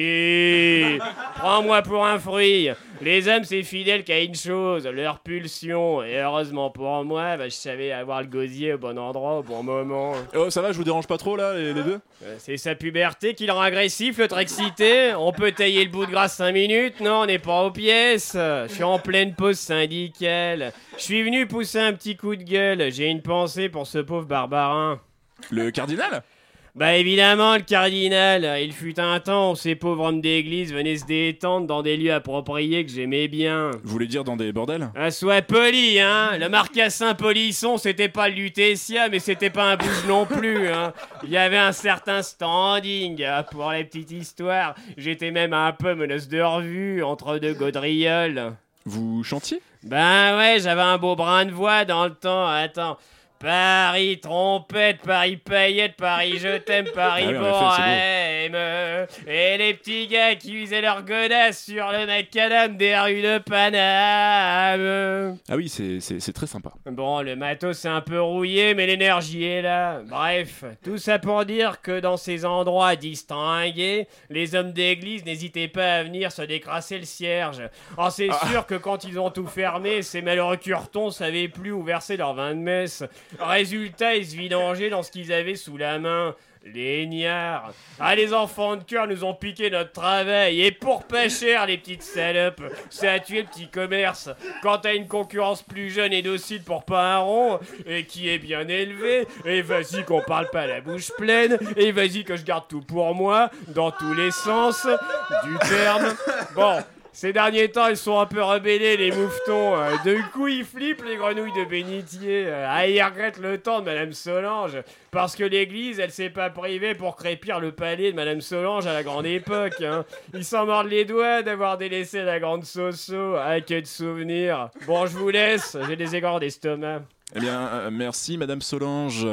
Speaker 4: Oui, prends-moi pour un fruit. Les hommes, c'est fidèle qu'à une chose, leur pulsion. Et heureusement pour moi, bah, je savais avoir le gosier au bon endroit, au bon moment.
Speaker 1: Oh, ça va, je vous dérange pas trop là, les, les deux
Speaker 4: Euh, C'est sa puberté qui le rend agressif, l'autre excité. On peut tailler le bout de gras 5 minutes, non, on n'est pas aux pièces. Je suis en pleine pause syndicale. Je suis venu pousser un petit coup de gueule. J'ai une pensée pour ce pauvre barbarin.
Speaker 1: Le cardinal
Speaker 4: bah évidemment, le cardinal, il fut un temps où ces pauvres hommes d'église venaient se détendre dans des lieux appropriés que j'aimais bien.
Speaker 1: Vous voulez dire dans des bordels
Speaker 4: Ah, sois poli, hein Le marcassin polisson, c'était pas le Lutetia, mais c'était pas un bouge non plus, hein Il y avait un certain standing, ah, pour la petite histoire. J'étais même un peu menace de revue, entre deux gaudrioles.
Speaker 1: Vous chantiez
Speaker 4: Ben ouais, j'avais un beau brin de voix dans le temps, attends... Paris trompette, Paris paillette, Paris je t'aime, Paris
Speaker 1: Ah oui, en effet, c'est beau.
Speaker 4: bohème. Et les petits gars qui usaient leur godasse sur le macadam des rues de Paname.
Speaker 1: Ah oui, c'est- c'est c'est très sympa.
Speaker 4: Bon, le matos c'est un peu rouillé, mais l'énergie est là. Bref, tout ça pour dire que dans ces endroits distingués, les hommes d'église n'hésitaient pas à venir se décrasser le cierge. Oh, c'est
Speaker 1: Ah.
Speaker 4: sûr que quand ils ont tout fermé, ces malheureux curtons savaient plus où verser leur vin de messe. Résultat, ils se vidangeaient dans ce qu'ils avaient sous la main. Les niards Ah, les enfants de cœur nous ont piqué notre travail Et pour pas cher, les petites salopes Ça a tué le petit commerce Quand t'as une concurrence plus jeune et docile pour pas un rond Et qui est bien élevée Et vas-y qu'on parle pas la bouche pleine Et vas-y que je garde tout pour moi Dans tous les sens Du terme Bon ces derniers temps, ils sont un peu rebellés, les mouvetons. Euh, De coup, ils flippent les grenouilles de bénitier. Euh, Ah, ils regrettent le temps de Madame Solange. Parce que l'église, elle s'est pas privée pour crépir le palais de Madame Solange à la grande époque. hein. Ils s'en mordent les doigts d'avoir délaissé la grande Soso. Ah, que de souvenirs. Bon, je vous laisse. J'ai des égards d'estomac.
Speaker 1: Eh bien, euh, merci Madame Solange.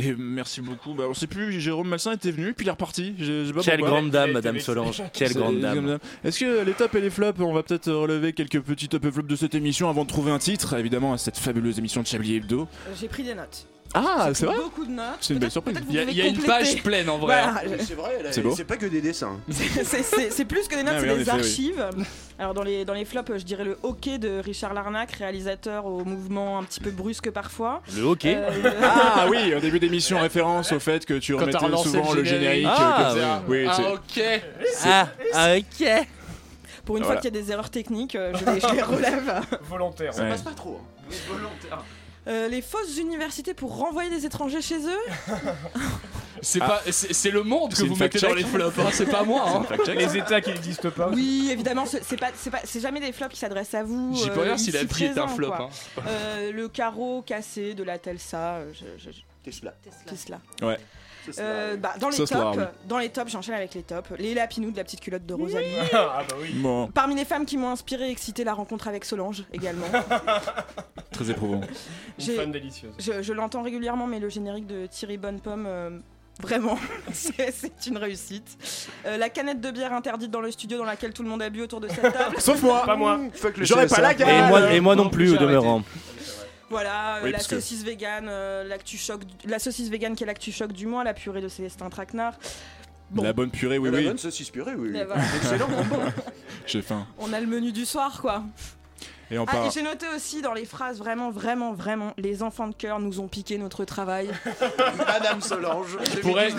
Speaker 1: Et merci beaucoup. Bah, on sait plus, Jérôme Malsain était venu, puis il est reparti. Je- je sais pas
Speaker 8: Quelle
Speaker 1: pourquoi.
Speaker 8: grande dame, Madame Solange. Quelle
Speaker 1: C'est-
Speaker 8: grande dame.
Speaker 1: Est-ce que les tops et les flops, on va peut-être relever quelques petits tops et flops de cette émission avant de trouver un titre, évidemment, à cette fabuleuse émission de Chablis Hebdo.
Speaker 13: Euh, [laughs] J'ai pris des notes.
Speaker 1: Ah,
Speaker 13: J'ai
Speaker 1: c'est
Speaker 13: pris
Speaker 1: vrai
Speaker 13: Beaucoup de notes.
Speaker 1: C'est une belle surprise.
Speaker 13: Peut-être que vous
Speaker 1: Il y a-
Speaker 13: devez
Speaker 1: il y a une
Speaker 13: compléter.
Speaker 1: page pleine, en vrai. hein.
Speaker 13: Voilà, je-
Speaker 7: Ah, C'est vrai, là,
Speaker 1: C'est beau.
Speaker 13: [laughs]
Speaker 7: c'est pas que des
Speaker 2: [laughs]
Speaker 7: dessins.
Speaker 13: C'est- C'est c'est plus que des notes,
Speaker 7: Ah oui,
Speaker 13: c'est
Speaker 7: en
Speaker 13: des
Speaker 7: effet, oui.
Speaker 13: archives. Alors dans les, dans les flops, euh, je dirais le hockey de Richard Larnac, réalisateur au mouvement un petit peu brusque parfois.
Speaker 1: Le hockey
Speaker 15: Euh,
Speaker 1: Ah oui, au début d'émission, référence au fait que tu
Speaker 15: Quand t'as
Speaker 1: remettais
Speaker 15: relancé
Speaker 1: souvent
Speaker 15: le
Speaker 1: le générique.
Speaker 15: générique.
Speaker 1: euh,
Speaker 15: Ah,
Speaker 1: comme ça.
Speaker 15: oui.
Speaker 1: Oui,
Speaker 15: Ah,
Speaker 1: c'est-
Speaker 15: ok.
Speaker 1: c'est-
Speaker 13: Ah, ok Pour une
Speaker 1: Voilà.
Speaker 13: fois qu'il y a des erreurs techniques, euh, je les, je
Speaker 15: [laughs]
Speaker 13: les relève.
Speaker 4: Volontaire.
Speaker 1: Ça Ouais. passe pas
Speaker 13: trop. Volontaire. Euh, les fausses universités pour renvoyer des étrangers chez eux
Speaker 4: [laughs]
Speaker 15: C'est pas, c'est c'est le monde que
Speaker 1: Ah. C'est une
Speaker 15: vous mettez
Speaker 1: fact-check.
Speaker 15: dans les flops, hein, c'est pas moi. hein.
Speaker 4: Les états qui n'existent pas.
Speaker 13: Oui, évidemment, ce- c'est pas, c'est pas, c'est jamais des flops qui s'adressent à vous.
Speaker 15: J'y peux
Speaker 13: euh,
Speaker 15: rien si la
Speaker 13: ici
Speaker 15: vie est un
Speaker 13: présent,
Speaker 15: flop,
Speaker 13: quoi.
Speaker 15: hein.
Speaker 13: Euh, le carreau cassé de la Telsa. euh, Je, je- je-
Speaker 7: Tesla.
Speaker 13: Tesla.
Speaker 1: Ouais.
Speaker 13: Euh, bah, dans les
Speaker 1: Ce
Speaker 13: tops,
Speaker 1: soir, oui.
Speaker 13: dans les tops, j'enchaîne avec les tops. Les lapinous de la petite culotte de Rosalie.
Speaker 4: [laughs] ah bah oui.
Speaker 1: Bon,
Speaker 13: Parmi les femmes qui m'ont inspiré et excité la rencontre avec Solange également.
Speaker 1: très éprouvant.
Speaker 13: J'ai-
Speaker 4: femme délicieuse.
Speaker 13: Je, je l'entends régulièrement, mais le générique de Thierry Bonnepomme, euh, vraiment, [laughs] c'est c'est une réussite. Euh, la canette de bière interdite dans le studio dans laquelle tout le monde a bu autour de cette table.
Speaker 1: [laughs] Sauf moi. Mm.
Speaker 8: Pas moi. Fuck le
Speaker 1: J'aurais
Speaker 8: CSA.
Speaker 1: pas la gueule.
Speaker 17: Et moi, et moi non plus, au demeurant.
Speaker 13: Voilà, euh,
Speaker 17: Oui,
Speaker 13: la
Speaker 17: parce que-
Speaker 13: saucisse vegan, euh, l'actu choc, la saucisse vegan qui est l'actu choc du mois, la purée de Célestin Traquenard.
Speaker 1: La bonne purée, oui,
Speaker 7: La
Speaker 1: oui.
Speaker 7: bonne saucisse purée, oui. oui.
Speaker 13: Mais voilà.
Speaker 7: [laughs] Excellent.
Speaker 1: J'ai faim.
Speaker 13: On a le menu du soir, quoi.
Speaker 1: Et on
Speaker 13: Ah,
Speaker 1: part.
Speaker 13: et j'ai noté aussi dans les phrases vraiment, vraiment, vraiment, les enfants de cœur nous ont piqué notre travail.
Speaker 7: Madame Solange.
Speaker 15: Qui pourrait-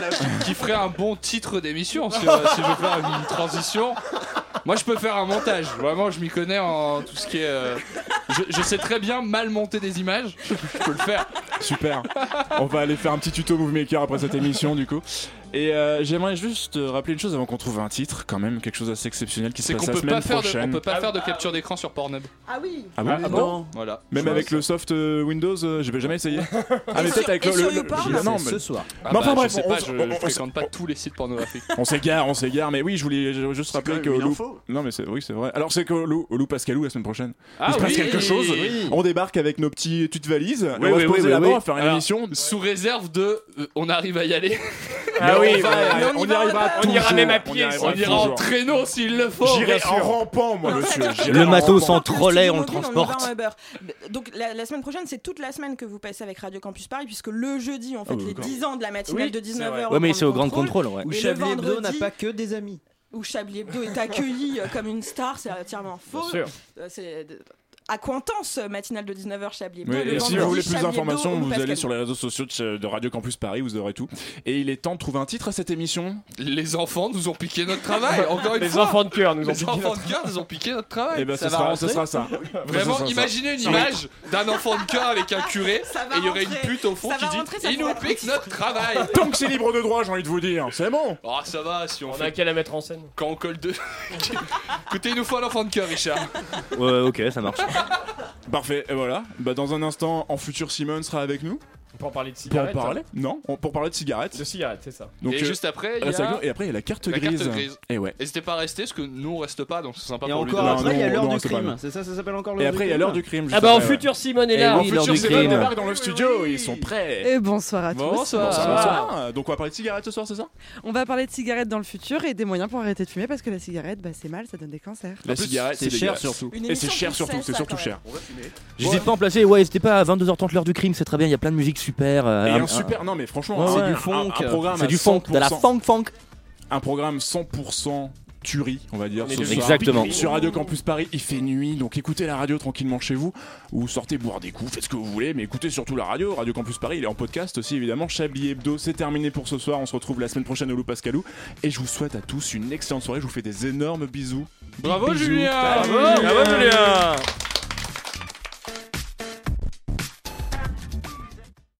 Speaker 15: qui ferait un bon titre d'émission si, euh, si je veux faire une transition. Moi, je peux faire un montage. Vraiment, je m'y connais en tout ce qui est. euh, je, je sais très bien mal monter des images. Je peux le faire.
Speaker 1: Super. On va aller faire un petit tuto Movie Maker après cette émission, du coup. Et euh, j'aimerais juste euh, rappeler une chose avant qu'on trouve un titre, quand même, quelque chose d'assez exceptionnel qui se
Speaker 15: C'est
Speaker 1: passe
Speaker 15: qu'on
Speaker 1: la
Speaker 15: peut
Speaker 1: semaine
Speaker 15: pas faire de,
Speaker 1: prochaine.
Speaker 15: on peut pas faire de capture d'écran sur Pornhub.
Speaker 13: Ah oui.
Speaker 1: Ah bon,
Speaker 15: Voilà.
Speaker 1: Même
Speaker 15: Je
Speaker 1: avec
Speaker 15: vois
Speaker 1: le soft euh, Windows, euh, je vais jamais
Speaker 15: [laughs]
Speaker 1: essayer. Ah, mais
Speaker 15: sur-
Speaker 1: peut-être avec
Speaker 15: et
Speaker 1: le.
Speaker 15: sur
Speaker 1: le-
Speaker 15: YouPorn,
Speaker 1: le- non,
Speaker 15: c'est
Speaker 1: mais-
Speaker 15: ce soir. Ah
Speaker 1: Mais enfin,
Speaker 15: bah, je
Speaker 1: bref,
Speaker 15: sais
Speaker 1: on-
Speaker 15: pas,
Speaker 1: on-
Speaker 15: je- je
Speaker 1: on- on-
Speaker 15: fréquente pas tous les sites pornographiques.
Speaker 1: On s'égare, on s'égare, mais oui, je voulais je- juste rappeler
Speaker 15: quand
Speaker 1: que
Speaker 15: même une
Speaker 1: Lou.
Speaker 15: info.
Speaker 1: Non, mais c'est oui, c'est vrai. Alors, c'est que Lou, Lou Pascalou, la semaine prochaine,
Speaker 15: Ah
Speaker 1: il se passe
Speaker 15: oui
Speaker 1: quelque chose.
Speaker 15: Oui.
Speaker 1: On débarque avec nos petits, petites valises. et on va se poser là-bas, on va faire une
Speaker 15: Alors,
Speaker 1: émission.
Speaker 15: Sous réserve de. euh, on arrive à y aller.
Speaker 1: Ah
Speaker 15: Mais
Speaker 1: oui,
Speaker 15: on, va-
Speaker 1: ouais,
Speaker 15: on
Speaker 1: on
Speaker 15: y
Speaker 1: y
Speaker 15: arrivera
Speaker 1: arrivera
Speaker 15: On ira
Speaker 1: toujours.
Speaker 15: même à
Speaker 1: On y
Speaker 15: pied.
Speaker 1: arrivera
Speaker 15: On ira en
Speaker 1: toujours.
Speaker 15: traîneau s'il le faut.
Speaker 1: J'irai
Speaker 15: bien
Speaker 1: en
Speaker 15: sûr.
Speaker 1: rampant, moi, monsieur. J'irai
Speaker 17: [laughs] Le
Speaker 1: en
Speaker 17: matos
Speaker 1: rampant.
Speaker 17: en trolley,
Speaker 13: Studio mobile, y
Speaker 17: on le
Speaker 13: va
Speaker 17: transporte.
Speaker 13: en Uber. Donc la, la semaine prochaine, c'est toute la semaine que vous passez avec Radio Campus Paris, puisque le jeudi, en fait,
Speaker 17: Ah
Speaker 1: Oh,
Speaker 17: oui,
Speaker 13: les
Speaker 17: d'accord.
Speaker 13: 10 ans de la matinale
Speaker 17: Oui,
Speaker 13: de
Speaker 17: c'est vrai.
Speaker 13: 19h.
Speaker 17: Ouais, mais c'est au Grand Contrôle, ouais.
Speaker 13: Où
Speaker 5: Où
Speaker 13: Chablis
Speaker 5: Chablis Hebdo n'a pas
Speaker 13: pas
Speaker 5: que des amis.
Speaker 13: Où Chablis Hebdo est accueilli euh, comme une star, c'est entièrement faux.
Speaker 5: Bien sûr.
Speaker 13: Euh, C'est euh, à Cointance, euh, matinale de 19h, Chablis Hebdo.
Speaker 1: Oui,
Speaker 13: le
Speaker 1: et si
Speaker 13: vendredi,
Speaker 1: vous voulez plus
Speaker 13: Chablis Hebdo,
Speaker 1: d'informations,
Speaker 13: Lou
Speaker 1: vous allez
Speaker 13: Pascal.
Speaker 1: sur les réseaux sociaux de chez- de Radio Campus Paris, vous aurez tout. Et il est temps de trouver un titre à cette émission.
Speaker 15: Les enfants nous ont piqué
Speaker 1: [laughs]
Speaker 15: notre travail. Encore une
Speaker 1: Les
Speaker 15: fois.
Speaker 1: enfants de cœur nous ont
Speaker 15: Les
Speaker 1: piqué
Speaker 15: enfants
Speaker 1: notre
Speaker 15: de cœur nous ont piqué notre travail.
Speaker 1: Eh ben,
Speaker 15: Ça
Speaker 1: ce
Speaker 15: va
Speaker 1: sera- ce
Speaker 15: rentrer.
Speaker 1: sera ça.
Speaker 15: [laughs] Vraiment,
Speaker 1: Ce sera ça.
Speaker 15: imaginez une
Speaker 1: Ça
Speaker 15: image d'un enfant de cœur avec un curé et il y aurait une pute au fond
Speaker 13: Ça
Speaker 15: qui
Speaker 13: va
Speaker 15: dit
Speaker 13: rentrer, ça
Speaker 15: Il nous
Speaker 13: pourrait
Speaker 15: pique notre travail.
Speaker 1: [laughs] Tant que
Speaker 15: [laughs]
Speaker 1: c'est libre de droit, j'ai envie de vous dire, c'est bon.
Speaker 15: Ah, ça va, si on,
Speaker 4: On
Speaker 15: fait-
Speaker 4: a qu'à la mettre en scène.
Speaker 15: Quand on
Speaker 1: [laughs]
Speaker 15: colle deux. Écoutez, il nous faut un enfant de cœur, Richard.
Speaker 17: Ouais, ok, ça marche.
Speaker 1: [laughs] Parfait, et voilà. Bah, dans un instant, en futur, Simone sera avec nous.
Speaker 4: Pour en parler de
Speaker 1: Pour en
Speaker 4: cigarettes. hein.
Speaker 1: parler Non, on- pour parler de cigarettes.
Speaker 4: De cigarettes, c'est ça.
Speaker 1: Donc,
Speaker 15: et
Speaker 1: euh,
Speaker 15: juste après, il y
Speaker 1: reste
Speaker 15: a...
Speaker 1: avec nous. Et après, il y a la carte
Speaker 15: la
Speaker 1: grise.
Speaker 15: Carte grise.
Speaker 1: Et ouais. Bah,
Speaker 15: N'hésitez pas à rester parce que nous on reste pas donc c'est sympa
Speaker 5: Et
Speaker 15: pour lui.
Speaker 5: encore
Speaker 15: de-
Speaker 5: après, il y a
Speaker 1: non,
Speaker 5: l'heure
Speaker 1: non,
Speaker 5: du
Speaker 1: c'est pas
Speaker 5: crime.
Speaker 1: mal.
Speaker 5: C'est ça, ça s'appelle encore l'heure du
Speaker 1: Et après, il y a l'heure du crime.
Speaker 4: Ah
Speaker 1: juste
Speaker 4: bah en
Speaker 1: après, ouais.
Speaker 4: futur Simone est
Speaker 1: Et
Speaker 4: là.
Speaker 1: en futur, Simone
Speaker 4: Simone
Speaker 1: débarque dans le studio, ils sont prêts.
Speaker 28: Et bonsoir à tous.
Speaker 1: Bonsoir.
Speaker 28: Bonsoir.
Speaker 1: Bonsoir. Donc on va parler de cigarettes ce soir, c'est ça
Speaker 28: On va parler de cigarettes dans le futur et des moyens pour arrêter de fumer parce que la cigarette, bah, c'est mal, ça donne des cancers.
Speaker 1: La cigarette,
Speaker 17: c'est cher
Speaker 1: dégueulasse.
Speaker 17: surtout. Une
Speaker 1: Et c'est
Speaker 17: émission
Speaker 1: cher
Speaker 17: qui
Speaker 1: surtout,
Speaker 17: sait
Speaker 1: c'est
Speaker 17: ça,
Speaker 1: surtout
Speaker 17: quand
Speaker 1: cher.
Speaker 17: J'hésite pas à en placer, ouais, c'était pas à 22h30 l'heure du crime, c'est très bien, il y a plein de musique super. euh,
Speaker 1: Et un super, non mais franchement,
Speaker 17: Ouais,
Speaker 1: c'est
Speaker 17: ouais,
Speaker 1: du
Speaker 17: un-
Speaker 1: funk.
Speaker 17: un
Speaker 1: programme
Speaker 17: euh, C'est
Speaker 1: à
Speaker 17: du funk, de la
Speaker 1: 100%.
Speaker 17: funk funk.
Speaker 1: Un programme 100% tuerie, on va dire.
Speaker 17: On est
Speaker 1: ce
Speaker 17: devenu
Speaker 1: soir.
Speaker 17: Exactement.
Speaker 1: Sur Radio Campus Paris, il fait nuit, donc écoutez la radio tranquillement chez vous, ou sortez boire des coups, faites ce que vous voulez, mais écoutez surtout la radio. Radio Campus Paris, il est en podcast aussi évidemment. Chablis Hebdo, c'est terminé pour ce soir. On se retrouve la semaine prochaine au Lou Pascalou, et je vous souhaite à tous une excellente soirée. Je vous fais des énormes bisous.
Speaker 15: Bravo
Speaker 1: Bisous.
Speaker 15: Julien
Speaker 1: Salut.
Speaker 15: Bravo Julien